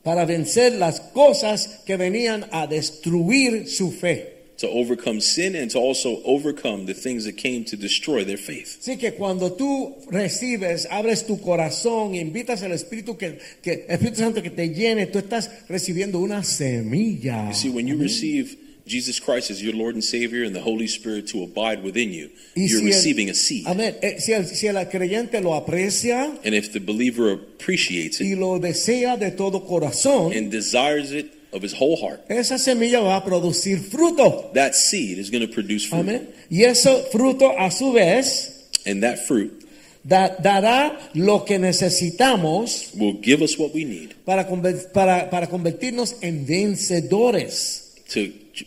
[SPEAKER 2] para vencer las cosas que venían a destruir su fe.
[SPEAKER 3] to overcome sin and to also overcome the things that came to destroy their faith.
[SPEAKER 2] Así que cuando tú recibes, abres tu corazón, invitas al Espíritu que, que el Espíritu Santo que te llene, tú estás recibiendo una semilla.
[SPEAKER 3] You see, when you receive Jesus Christ as your Lord and Savior and the Holy Spirit to abide within you,
[SPEAKER 2] Y
[SPEAKER 3] you're
[SPEAKER 2] si el-
[SPEAKER 3] receiving a seed.
[SPEAKER 2] Amén. Eh, Si el, si el creyente lo aprecia
[SPEAKER 3] And if the believer appreciates
[SPEAKER 2] y
[SPEAKER 3] it
[SPEAKER 2] lo desea de todo corazón,
[SPEAKER 3] and desires it of his whole heart,
[SPEAKER 2] esa semilla va a producir fruto.
[SPEAKER 3] that seed is going to produce fruit.
[SPEAKER 2] Amén. Y ese fruto a su vez
[SPEAKER 3] And that fruit
[SPEAKER 2] da- dará lo que necesitamos
[SPEAKER 3] will give us what we need
[SPEAKER 2] para, conver- para- para convertirnos en vencedores.
[SPEAKER 3] to j-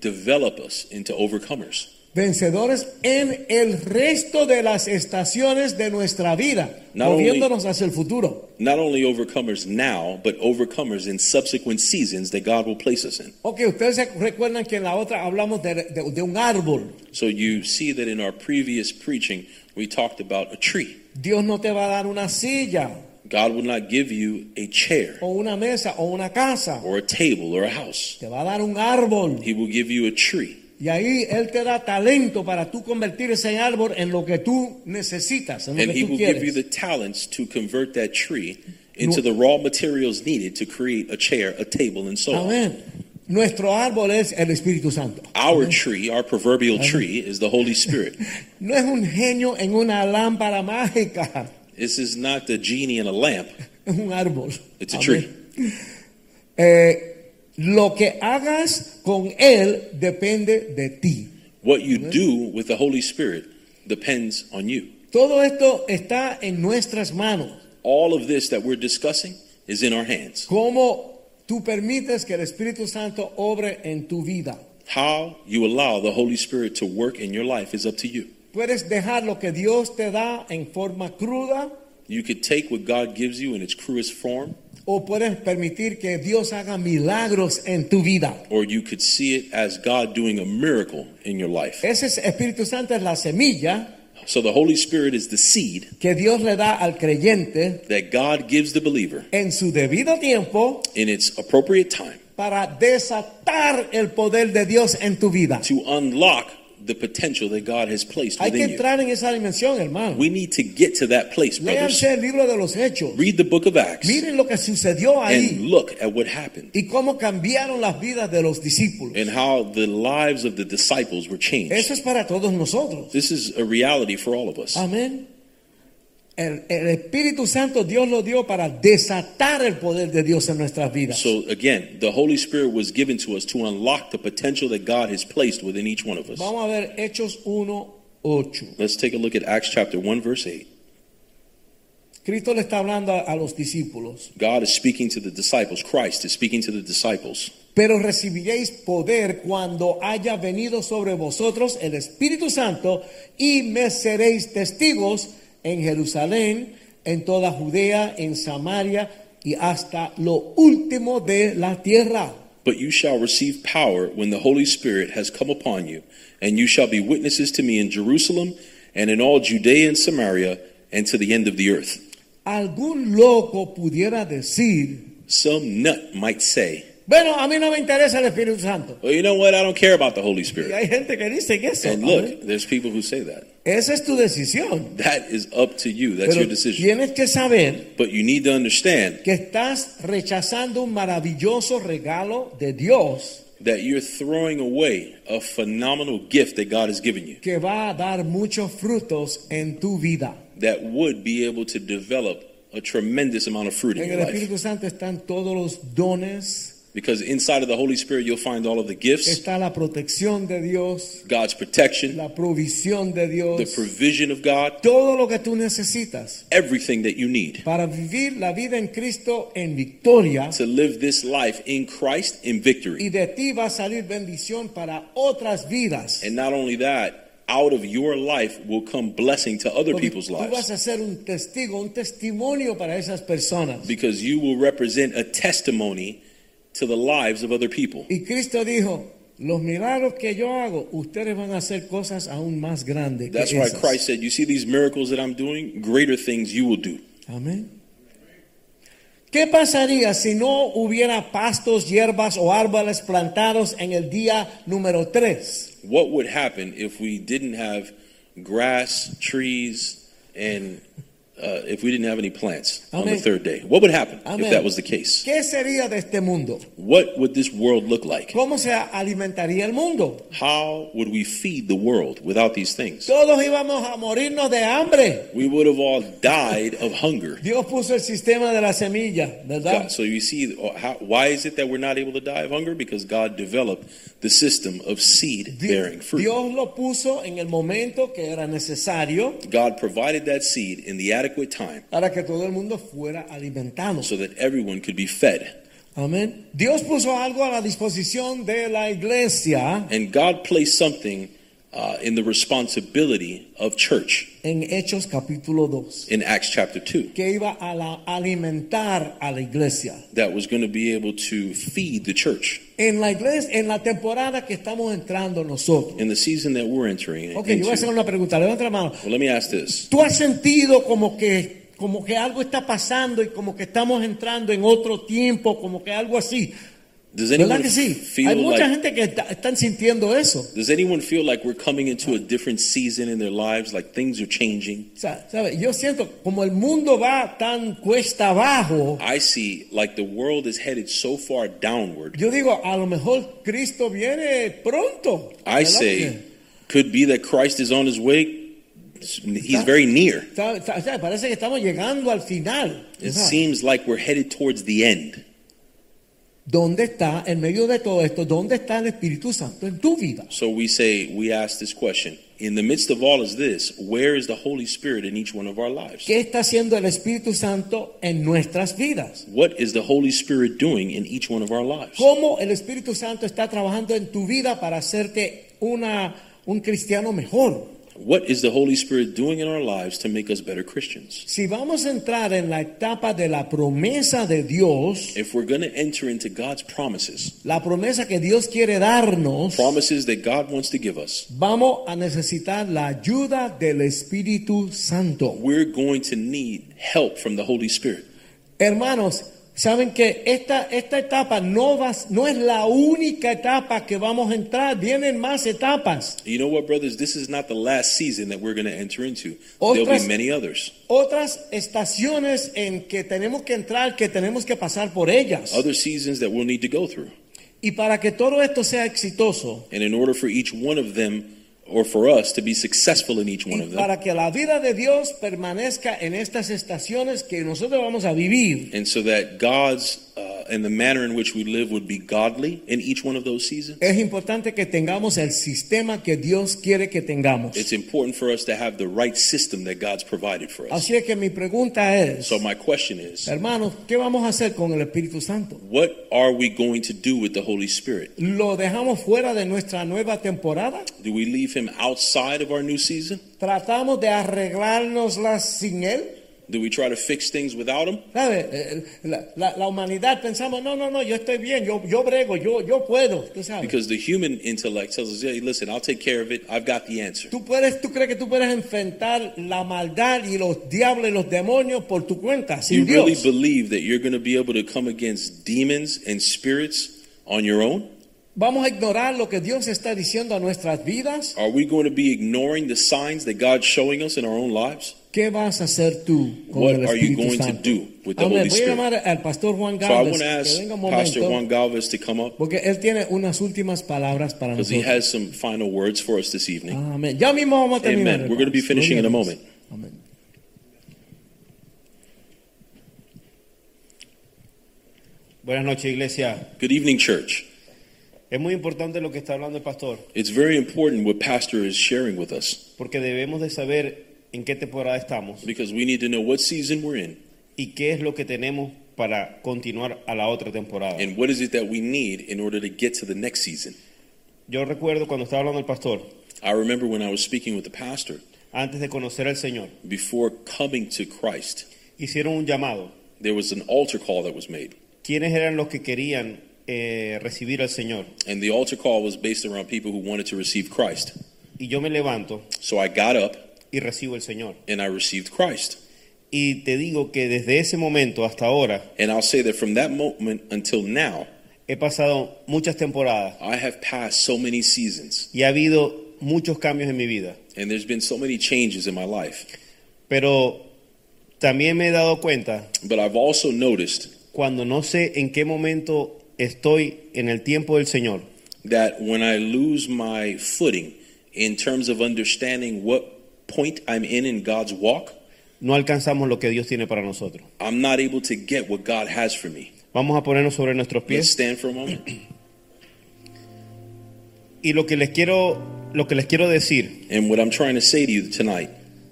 [SPEAKER 3] develop us into overcomers.
[SPEAKER 2] Vencedores en el resto de las estaciones de nuestra vida,
[SPEAKER 3] Not
[SPEAKER 2] moviéndonos hacia el futuro.
[SPEAKER 3] Not only overcomers now, but overcomers in subsequent seasons that God will place us in.
[SPEAKER 2] Ok, ustedes se recuerdan que en la otra hablamos de- de- de un árbol.
[SPEAKER 3] So you see that in our previous preaching, we talked about a tree.
[SPEAKER 2] Dios no te va a dar una silla
[SPEAKER 3] God will not give you a chair
[SPEAKER 2] o una mesa o una casa.
[SPEAKER 3] or a table or a house.
[SPEAKER 2] Te va a dar un árbol.
[SPEAKER 3] He will give you a tree.
[SPEAKER 2] Y ahí Él te da talento para tú convertir ese árbol en lo que tú necesitas, en lo
[SPEAKER 3] And
[SPEAKER 2] que
[SPEAKER 3] he
[SPEAKER 2] tú
[SPEAKER 3] will give you
[SPEAKER 2] quieres.
[SPEAKER 3] the talents to convert that tree into the raw materials needed to create a chair, a table, and so on.
[SPEAKER 2] Amén. Nuestro árbol es el Espíritu Santo.
[SPEAKER 3] Our tree, our proverbial tree, is the Holy Spirit.
[SPEAKER 2] No es un genio en una lámpara mágica.
[SPEAKER 3] This is not the genie in a lamp.
[SPEAKER 2] Es un árbol.
[SPEAKER 3] It's a
[SPEAKER 2] Amén.
[SPEAKER 3] tree.
[SPEAKER 2] Eh, lo que hagas con Él depende de ti.
[SPEAKER 3] What you do with the Holy Spirit depends on you.
[SPEAKER 2] Todo esto está en nuestras manos.
[SPEAKER 3] All of this that we're discussing is in our hands.
[SPEAKER 2] ¿Cómo tú permites que el Espíritu Santo obre en tu vida?
[SPEAKER 3] How you allow the Holy Spirit to work in your life is up to you.
[SPEAKER 2] Puedes dejar lo que Dios te da en forma cruda
[SPEAKER 3] You could take what God gives you in its cruest form,
[SPEAKER 2] o puedes permitir que Dios haga milagros en tu vida.
[SPEAKER 3] or you could see it as God doing a miracle in your life.
[SPEAKER 2] Ese es- Espíritu Santo es la semilla
[SPEAKER 3] So the Holy Spirit is the seed
[SPEAKER 2] que Dios le da al creyente
[SPEAKER 3] that God gives the believer
[SPEAKER 2] en su debido tiempo
[SPEAKER 3] in its appropriate time
[SPEAKER 2] para desatar el poder de Dios en tu vida.
[SPEAKER 3] to unlock the potential that God has placed
[SPEAKER 2] Hay que
[SPEAKER 3] within you.
[SPEAKER 2] entrar en esa dimensión, hermano.
[SPEAKER 3] We need to get to that place, brothers.
[SPEAKER 2] Léanse el libro de los hechos.
[SPEAKER 3] Read the book of Acts
[SPEAKER 2] Miren lo que sucedió
[SPEAKER 3] and
[SPEAKER 2] ahí
[SPEAKER 3] look at what happened
[SPEAKER 2] y cómo cambiaron las vidas de los discípulos.
[SPEAKER 3] and how the lives of the disciples were changed.
[SPEAKER 2] Eso es para todos nosotros.
[SPEAKER 3] This is a reality for all of us.
[SPEAKER 2] Amén. El, el Espíritu Santo Dios lo dio para desatar el poder de Dios en nuestras vidas.
[SPEAKER 3] So again, the Holy Spirit was given to us to unlock the potential that God has placed within each one of us.
[SPEAKER 2] Vamos a ver Hechos 1.8.
[SPEAKER 3] Let's take a look at Acts chapter 1 verse 8.
[SPEAKER 2] Cristo le está hablando a, a los discípulos.
[SPEAKER 3] God is speaking to the disciples. Christ is speaking to the disciples.
[SPEAKER 2] Pero recibiréis poder cuando haya venido sobre vosotros el Espíritu Santo y me seréis testigos en Jerusalén, en toda Judea, en Samaria y hasta lo último de la tierra.
[SPEAKER 3] But you shall receive power when the Holy Spirit has come upon you, and you shall be witnesses to me in Jerusalem and in all Judea and Samaria and to the end of the earth.
[SPEAKER 2] Algún loco pudiera decir,
[SPEAKER 3] Some nut might say,
[SPEAKER 2] bueno, a mí no me interesa el Espíritu Santo.
[SPEAKER 3] Well, you know what? I don't care about the Holy
[SPEAKER 2] Y
[SPEAKER 3] Spirit.
[SPEAKER 2] hay gente que dice que eso.
[SPEAKER 3] And
[SPEAKER 2] amén.
[SPEAKER 3] look, there's people who say that.
[SPEAKER 2] Esa es tu decisión.
[SPEAKER 3] That is up to you. That's your
[SPEAKER 2] Pero
[SPEAKER 3] decision.
[SPEAKER 2] tienes que saber
[SPEAKER 3] But you need to understand
[SPEAKER 2] que estás rechazando un maravilloso regalo de Dios
[SPEAKER 3] that you're throwing away a phenomenal gift that God has given you
[SPEAKER 2] que va a dar muchos frutos en tu vida.
[SPEAKER 3] that would be able to develop a tremendous amount of fruit in
[SPEAKER 2] En
[SPEAKER 3] your
[SPEAKER 2] el
[SPEAKER 3] life.
[SPEAKER 2] Espíritu Santo están todos los dones,
[SPEAKER 3] Because inside of the Holy Spirit, you'll find all of the gifts,
[SPEAKER 2] está la protección de Dios,
[SPEAKER 3] God's protection,
[SPEAKER 2] la provisión de
[SPEAKER 3] the
[SPEAKER 2] Dios,
[SPEAKER 3] provision of God,
[SPEAKER 2] todo lo que tú necesitas
[SPEAKER 3] everything that you need
[SPEAKER 2] para vivir la vida en Cristo en victoria.
[SPEAKER 3] to live this life in Christ in victory.
[SPEAKER 2] Y de ti va a salir bendición para otras vidas.
[SPEAKER 3] And not only that, out of your life will come blessing to other
[SPEAKER 2] Porque
[SPEAKER 3] people's
[SPEAKER 2] tú vas
[SPEAKER 3] lives
[SPEAKER 2] a ser un testigo, un testimonio para esas personas.
[SPEAKER 3] because you will represent a testimony to the lives of other people.
[SPEAKER 2] Y Cristo dijo, los milagros que yo hago, ustedes van a hacer cosas aún más grandes. que
[SPEAKER 3] That's why
[SPEAKER 2] esas".
[SPEAKER 3] Christ said, You see these miracles that I'm doing, greater things you will do.
[SPEAKER 2] Amén. ¿Qué pasaría si no hubiera pastos, hierbas o árboles plantados en el día número 3?
[SPEAKER 3] What would happen if we didn't have grass, trees, and uh, if we didn't have any plants on the
[SPEAKER 2] Amén.
[SPEAKER 3] third day? What would happen
[SPEAKER 2] Amén.
[SPEAKER 3] if that was the case?
[SPEAKER 2] ¿Qué sería de este mundo?
[SPEAKER 3] What would this world look like?
[SPEAKER 2] ¿Cómo se alimentaría el mundo?
[SPEAKER 3] How would we feed the world without these things?
[SPEAKER 2] Todos íbamos a morirnos de hambre.
[SPEAKER 3] We would have all died of hunger.
[SPEAKER 2] Dios puso el sistema de la semilla, ¿verdad?
[SPEAKER 3] God- so you see, uh, how, why is it that we're not able to die of hunger? Because God developed the system of seed
[SPEAKER 2] Di-
[SPEAKER 3] bearing fruit.
[SPEAKER 2] Dios lo puso en el momento que era necesario
[SPEAKER 3] God provided that seed in the adequate time
[SPEAKER 2] para que todo el mundo fuera alimentado.
[SPEAKER 3] so that everyone could be fed.
[SPEAKER 2] Amén. Dios puso algo a la disposición de la iglesia
[SPEAKER 3] And God placed something uh, in the responsibility of church
[SPEAKER 2] en Hechos capítulo 2,
[SPEAKER 3] in Acts chapter 2
[SPEAKER 2] que iba a la- alimentar a la iglesia.
[SPEAKER 3] that was going to be able to feed the church
[SPEAKER 2] En la iglesia, en la temporada que estamos entrando nosotros.
[SPEAKER 3] in the season that we're entering.
[SPEAKER 2] Ok, yo
[SPEAKER 3] into.
[SPEAKER 2] voy a hacer una pregunta, levanta la mano.
[SPEAKER 3] Well, let me ask this.
[SPEAKER 2] ¿Tú has sentido como que como que algo está pasando y como que estamos entrando en otro tiempo, como que algo así?
[SPEAKER 3] Does
[SPEAKER 2] ¿Verdad
[SPEAKER 3] anyone
[SPEAKER 2] que sí? Hay
[SPEAKER 3] feel
[SPEAKER 2] mucha
[SPEAKER 3] like
[SPEAKER 2] gente que está- están sintiendo eso.
[SPEAKER 3] Does anyone feel like we're coming into a different season in their lives? Like things are changing?
[SPEAKER 2] O sea, ¿sabe? Yo siento como el mundo va tan cuesta abajo.
[SPEAKER 3] I see like the world is headed so far downward.
[SPEAKER 2] Yo digo, a lo mejor Cristo viene pronto.
[SPEAKER 3] I
[SPEAKER 2] ¿Verdad?
[SPEAKER 3] say, could be that Christ is on his way. He's very near.
[SPEAKER 2] Porque, ¿sabe? ¿sabe? ¿sabe? Parece que estamos llegando al final.
[SPEAKER 3] It
[SPEAKER 2] ¿verdad?
[SPEAKER 3] seems like we're headed towards the end.
[SPEAKER 2] ¿Dónde está, en medio de todo esto, dónde está el Espíritu Santo en tu vida?
[SPEAKER 3] So we say, we ask this question. In the midst of all is this, where is the Holy Spirit in each one of our lives?
[SPEAKER 2] ¿Qué está haciendo el Espíritu Santo en nuestras vidas?
[SPEAKER 3] What is the Holy Spirit doing in each one of our lives?
[SPEAKER 2] cómo el Espíritu Santo está trabajando en tu vida para hacerte una, un cristiano mejor.
[SPEAKER 3] What is the Holy Spirit doing in our lives to make us better Christians?
[SPEAKER 2] Si vamos a entrar en la etapa de la promesa de Dios,
[SPEAKER 3] If we're going to enter into God's promises,
[SPEAKER 2] la promesa que Dios quiere darnos,
[SPEAKER 3] promises that God wants to give us,
[SPEAKER 2] vamos a necesitar la ayuda del Espíritu Santo.
[SPEAKER 3] we're going to need help from the Holy Spirit.
[SPEAKER 2] Hermanos, saben que esta, esta etapa no, va, no es la única etapa que vamos a entrar, vienen más etapas.
[SPEAKER 3] You know what, brothers? This is not the last season that we're going to enter into. There'll
[SPEAKER 2] Otras-
[SPEAKER 3] be many others.
[SPEAKER 2] Otras estaciones en que tenemos que entrar, que tenemos que pasar por ellas.
[SPEAKER 3] Other seasons that we'll need to go through.
[SPEAKER 2] Y para que todo esto sea exitoso,
[SPEAKER 3] And in order for each one of them, or for us to be successful in each one
[SPEAKER 2] y
[SPEAKER 3] of them,
[SPEAKER 2] para que la vida de Dios permanezca en estas estaciones que nosotros vamos a vivir,
[SPEAKER 3] and so that God's uh, and the manner in which we live would be godly in each one of those seasons,
[SPEAKER 2] es importante que tengamos el sistema que Dios quiere que tengamos.
[SPEAKER 3] it's important for us to have the right system that God's provided for us.
[SPEAKER 2] Así es que mi pregunta es,
[SPEAKER 3] So, my question is.
[SPEAKER 2] hermanos, ¿qué vamos a hacer con el Espíritu Santo?
[SPEAKER 3] What are we going to do with the Holy Spirit?
[SPEAKER 2] ¿Lo dejamos fuera de nuestra nueva temporada?
[SPEAKER 3] Do we leave him outside of our new season?
[SPEAKER 2] ¿Tratamos de arreglárnoslas sin Él?
[SPEAKER 3] Do we try to fix things without him?
[SPEAKER 2] ¿Sabe? Eh, La, la- la humanidad pensamos, no, no, no, yo estoy bien, yo, yo brego, yo, yo puedo, tú sabes.
[SPEAKER 3] Because the human intellect tells us, hey, listen, I'll take care of it. I've got the answer.
[SPEAKER 2] Tú puedes, tú crees que tú puedes enfrentar la maldad y los diablos y los demonios por tu cuenta,
[SPEAKER 3] You
[SPEAKER 2] sin
[SPEAKER 3] really
[SPEAKER 2] Dios.
[SPEAKER 3] believe that you're going to be able to come against demons and spirits on your own?
[SPEAKER 2] Vamos a ignorar lo que Dios está diciendo a nuestras vidas.
[SPEAKER 3] Are we going to be ignoring the signs that God's showing us in our own lives?
[SPEAKER 2] ¿Qué vas a hacer tú con
[SPEAKER 3] What
[SPEAKER 2] el
[SPEAKER 3] are you
[SPEAKER 2] Espíritu
[SPEAKER 3] going to
[SPEAKER 2] Santo?
[SPEAKER 3] do with the
[SPEAKER 2] Amén.
[SPEAKER 3] Holy
[SPEAKER 2] Voy a
[SPEAKER 3] Spirit?
[SPEAKER 2] llamar al pastor Juan
[SPEAKER 3] So I want to
[SPEAKER 2] Gálvez que
[SPEAKER 3] ask
[SPEAKER 2] venga un
[SPEAKER 3] Pastor
[SPEAKER 2] momento,
[SPEAKER 3] Juan Galvez to come up
[SPEAKER 2] porque él tiene unas últimas palabras para
[SPEAKER 3] because he
[SPEAKER 2] nosotros.
[SPEAKER 3] has some final words for us this evening.
[SPEAKER 2] Amén. Ya mismo vamos a terminar.
[SPEAKER 3] Amen. We're going to be
[SPEAKER 2] hermanos.
[SPEAKER 3] finishing in a
[SPEAKER 2] Gloria a Dios.
[SPEAKER 3] moment.
[SPEAKER 2] Amén.
[SPEAKER 4] Buenas noches, iglesia.
[SPEAKER 3] Good evening, church.
[SPEAKER 4] Es muy importante lo que está hablando el pastor,
[SPEAKER 3] It's very important what Pastor is sharing with us
[SPEAKER 4] porque debemos de saber en qué temporada estamos
[SPEAKER 3] because we need to know what season we're in
[SPEAKER 4] y qué es lo que tenemos para continuar a la otra temporada.
[SPEAKER 3] and what is it that we need in order to get to the next season.
[SPEAKER 4] Yo recuerdo cuando estaba hablando el pastor,
[SPEAKER 3] I remember when I was speaking with the pastor
[SPEAKER 4] antes de conocer al Señor,
[SPEAKER 3] before coming to Christ,
[SPEAKER 4] hicieron un llamado.
[SPEAKER 3] there was an altar call that was made,
[SPEAKER 4] ¿Quiénes eran los que querían eh, recibir al Señor?
[SPEAKER 3] and the altar call was based around people who wanted to receive Christ.
[SPEAKER 4] Y yo me levanto
[SPEAKER 3] So I got up
[SPEAKER 4] y recibo al Señor.
[SPEAKER 3] and I received Christ.
[SPEAKER 4] Y te digo que desde ese momento hasta ahora
[SPEAKER 3] And I'll say that from that moment until now,
[SPEAKER 4] he pasado muchas temporadas
[SPEAKER 3] I have passed so many seasons
[SPEAKER 4] y ha habido muchos cambios en mi vida.
[SPEAKER 3] and there's been so many changes in my life.
[SPEAKER 4] Pero También me he dado cuenta
[SPEAKER 3] But I've also noticed
[SPEAKER 4] cuando no sé en qué momento estoy en el tiempo del Señor,
[SPEAKER 3] that when I lose my footing in terms of understanding what point I'm in in God's walk,
[SPEAKER 4] no alcanzamos lo que Dios tiene para nosotros.
[SPEAKER 3] I'm not able to get what God has for me.
[SPEAKER 4] Vamos a ponernos sobre nuestros
[SPEAKER 3] Let's
[SPEAKER 4] pies
[SPEAKER 3] stand for a moment.
[SPEAKER 4] y lo que les quiero lo que les quiero decir,
[SPEAKER 3] And what I'm trying to say to you tonight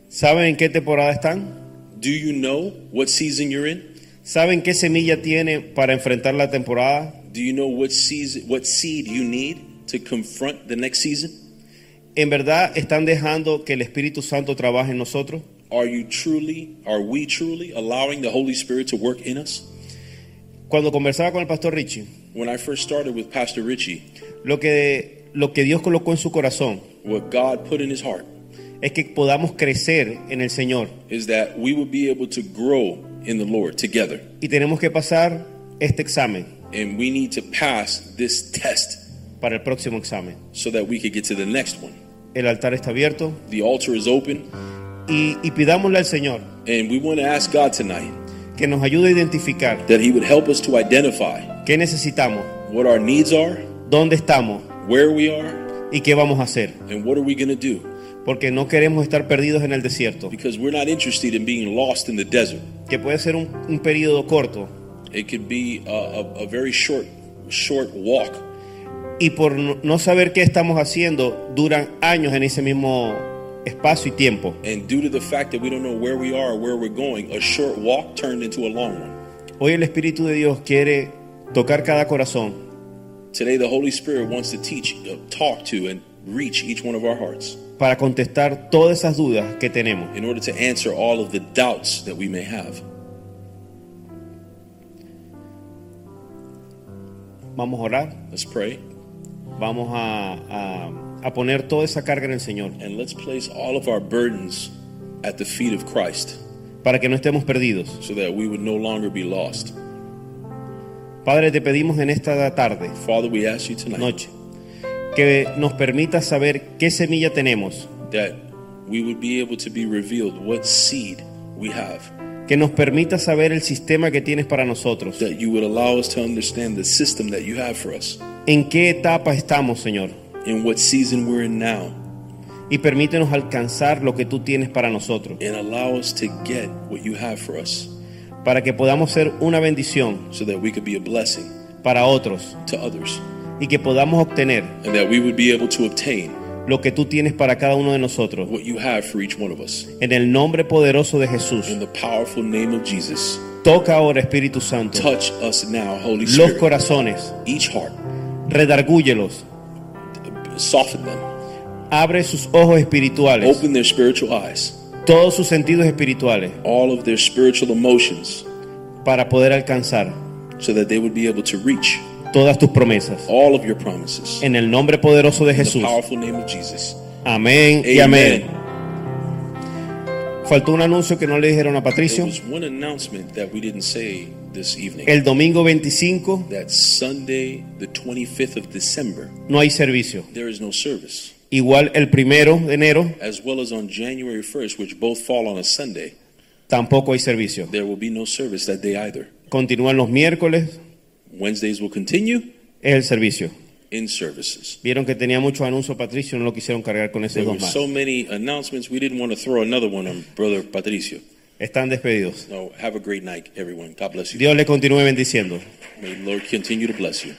[SPEAKER 4] ¿saben en qué temporada están?
[SPEAKER 3] do you know what season you're in?
[SPEAKER 4] ¿Saben qué semilla tiene para enfrentar la temporada?
[SPEAKER 3] Do you know what, season, what seed you need to confront the next season?
[SPEAKER 4] ¿En verdad están dejando que el Espíritu Santo trabaje en nosotros?
[SPEAKER 3] Are you truly, are we truly allowing the Holy Spirit to work in us?
[SPEAKER 4] Cuando conversaba con el pastor Richie,
[SPEAKER 3] When I first started with Pastor Richie,
[SPEAKER 4] lo que lo que Dios colocó en su corazón
[SPEAKER 3] what God put in his heart
[SPEAKER 4] es que podamos crecer en el Señor
[SPEAKER 3] is that we would be able to grow in the Lord together.
[SPEAKER 4] y tenemos que pasar este examen
[SPEAKER 3] And we need to pass this test
[SPEAKER 4] para el próximo examen.
[SPEAKER 3] so that we could get to the next one.
[SPEAKER 4] El altar está abierto
[SPEAKER 3] The altar is open,
[SPEAKER 4] y, y pidámosle al Señor
[SPEAKER 3] and we want to ask God tonight
[SPEAKER 4] que nos ayude a identificar
[SPEAKER 3] that He would help us to identify
[SPEAKER 4] qué necesitamos,
[SPEAKER 3] what our needs are,
[SPEAKER 4] dónde estamos
[SPEAKER 3] where we are,
[SPEAKER 4] y qué vamos a hacer,
[SPEAKER 3] and what are we going to do.
[SPEAKER 4] porque no queremos estar perdidos en el desierto,
[SPEAKER 3] Because we're not interested in being lost in the desert.
[SPEAKER 4] que puede ser un, un periodo corto
[SPEAKER 3] It could be a, a, a very short, short walk,
[SPEAKER 4] y por no no saber qué estamos haciendo duran años en ese mismo espacio y tiempo.
[SPEAKER 3] and due to the fact that we don't know where we are or where we're going, a short walk turned into a long one.
[SPEAKER 4] Hoy el Espíritu de Dios quiere tocar cada corazón
[SPEAKER 3] Today, the Holy Spirit wants to teach, uh, talk to, and reach each one of our hearts.
[SPEAKER 4] para contestar todas esas dudas que tenemos.
[SPEAKER 3] in order to answer all of the doubts that we may have.
[SPEAKER 4] Vamos a orar,
[SPEAKER 3] Let's pray
[SPEAKER 4] vamos a, a- a poner toda esa carga en el Señor,
[SPEAKER 3] and let's place all of our burdens at the feet of Christ
[SPEAKER 4] para que no estemos perdidos.
[SPEAKER 3] so that we would no longer be lost.
[SPEAKER 4] Padre, te pedimos en esta tarde,
[SPEAKER 3] Father, we ask you tonight
[SPEAKER 4] noche, que nos permitas saber qué semilla tenemos,
[SPEAKER 3] that we would be able to be revealed what seed we have,
[SPEAKER 4] que nos permitas saber el sistema que tienes para nosotros,
[SPEAKER 3] that you would allow us to understand the system that you have for us,
[SPEAKER 4] en qué etapa estamos, Señor,
[SPEAKER 3] in what season we're in now,
[SPEAKER 4] y permítenos alcanzar lo que tú tienes para nosotros,
[SPEAKER 3] and allow us to get what you have for us
[SPEAKER 4] para que podamos ser una bendición
[SPEAKER 3] so that we could be a blessing
[SPEAKER 4] para otros
[SPEAKER 3] to others,
[SPEAKER 4] y que podamos obtener
[SPEAKER 3] and that we would be able to obtain
[SPEAKER 4] lo que tú tienes para cada uno de nosotros.
[SPEAKER 3] what you have for each one of us.
[SPEAKER 4] En el nombre poderoso de Jesús,
[SPEAKER 3] In the powerful name of Jesus,
[SPEAKER 4] toca ahora Espíritu Santo
[SPEAKER 3] touch us now, Holy
[SPEAKER 4] los
[SPEAKER 3] Spirit.
[SPEAKER 4] corazones,
[SPEAKER 3] Each heart,
[SPEAKER 4] redargúyelos,
[SPEAKER 3] soften them,
[SPEAKER 4] abre sus ojos espirituales.
[SPEAKER 3] open their spiritual eyes,
[SPEAKER 4] todos sus sentidos espirituales
[SPEAKER 3] all of their spiritual emotions,
[SPEAKER 4] para poder alcanzar
[SPEAKER 3] so that they would be able to reach
[SPEAKER 4] todas tus promesas.
[SPEAKER 3] all of your promises.
[SPEAKER 4] En el nombre poderoso de
[SPEAKER 3] In the
[SPEAKER 4] Jesús.
[SPEAKER 3] powerful name of Jesus.
[SPEAKER 4] Amén y amén. Faltó un anuncio que no le dijeron a
[SPEAKER 3] There
[SPEAKER 4] Patricio.
[SPEAKER 3] was one announcement that we didn't say this evening.
[SPEAKER 4] El domingo 25
[SPEAKER 3] that Sunday, the 25th of December,
[SPEAKER 4] no hay servicio.
[SPEAKER 3] there is no service.
[SPEAKER 4] Igual el primero de enero
[SPEAKER 3] As well as on January 1st, which both fall on a Sunday,
[SPEAKER 4] tampoco hay servicio.
[SPEAKER 3] there will be no service that day either.
[SPEAKER 4] Continúan los miércoles
[SPEAKER 3] Wednesdays will continue.
[SPEAKER 4] es el servicio.
[SPEAKER 3] in services.
[SPEAKER 4] Vieron que tenía muchos anuncios Patricio, no lo quisieron cargar con esos
[SPEAKER 3] There were
[SPEAKER 4] dos más.
[SPEAKER 3] so many announcements, we didn't want to throw another one on Brother Patricio.
[SPEAKER 4] Están despedidos.
[SPEAKER 3] No, have a great night, everyone. God bless you.
[SPEAKER 4] Dios les continúe bendiciendo.
[SPEAKER 3] May the Lord continue to bless you.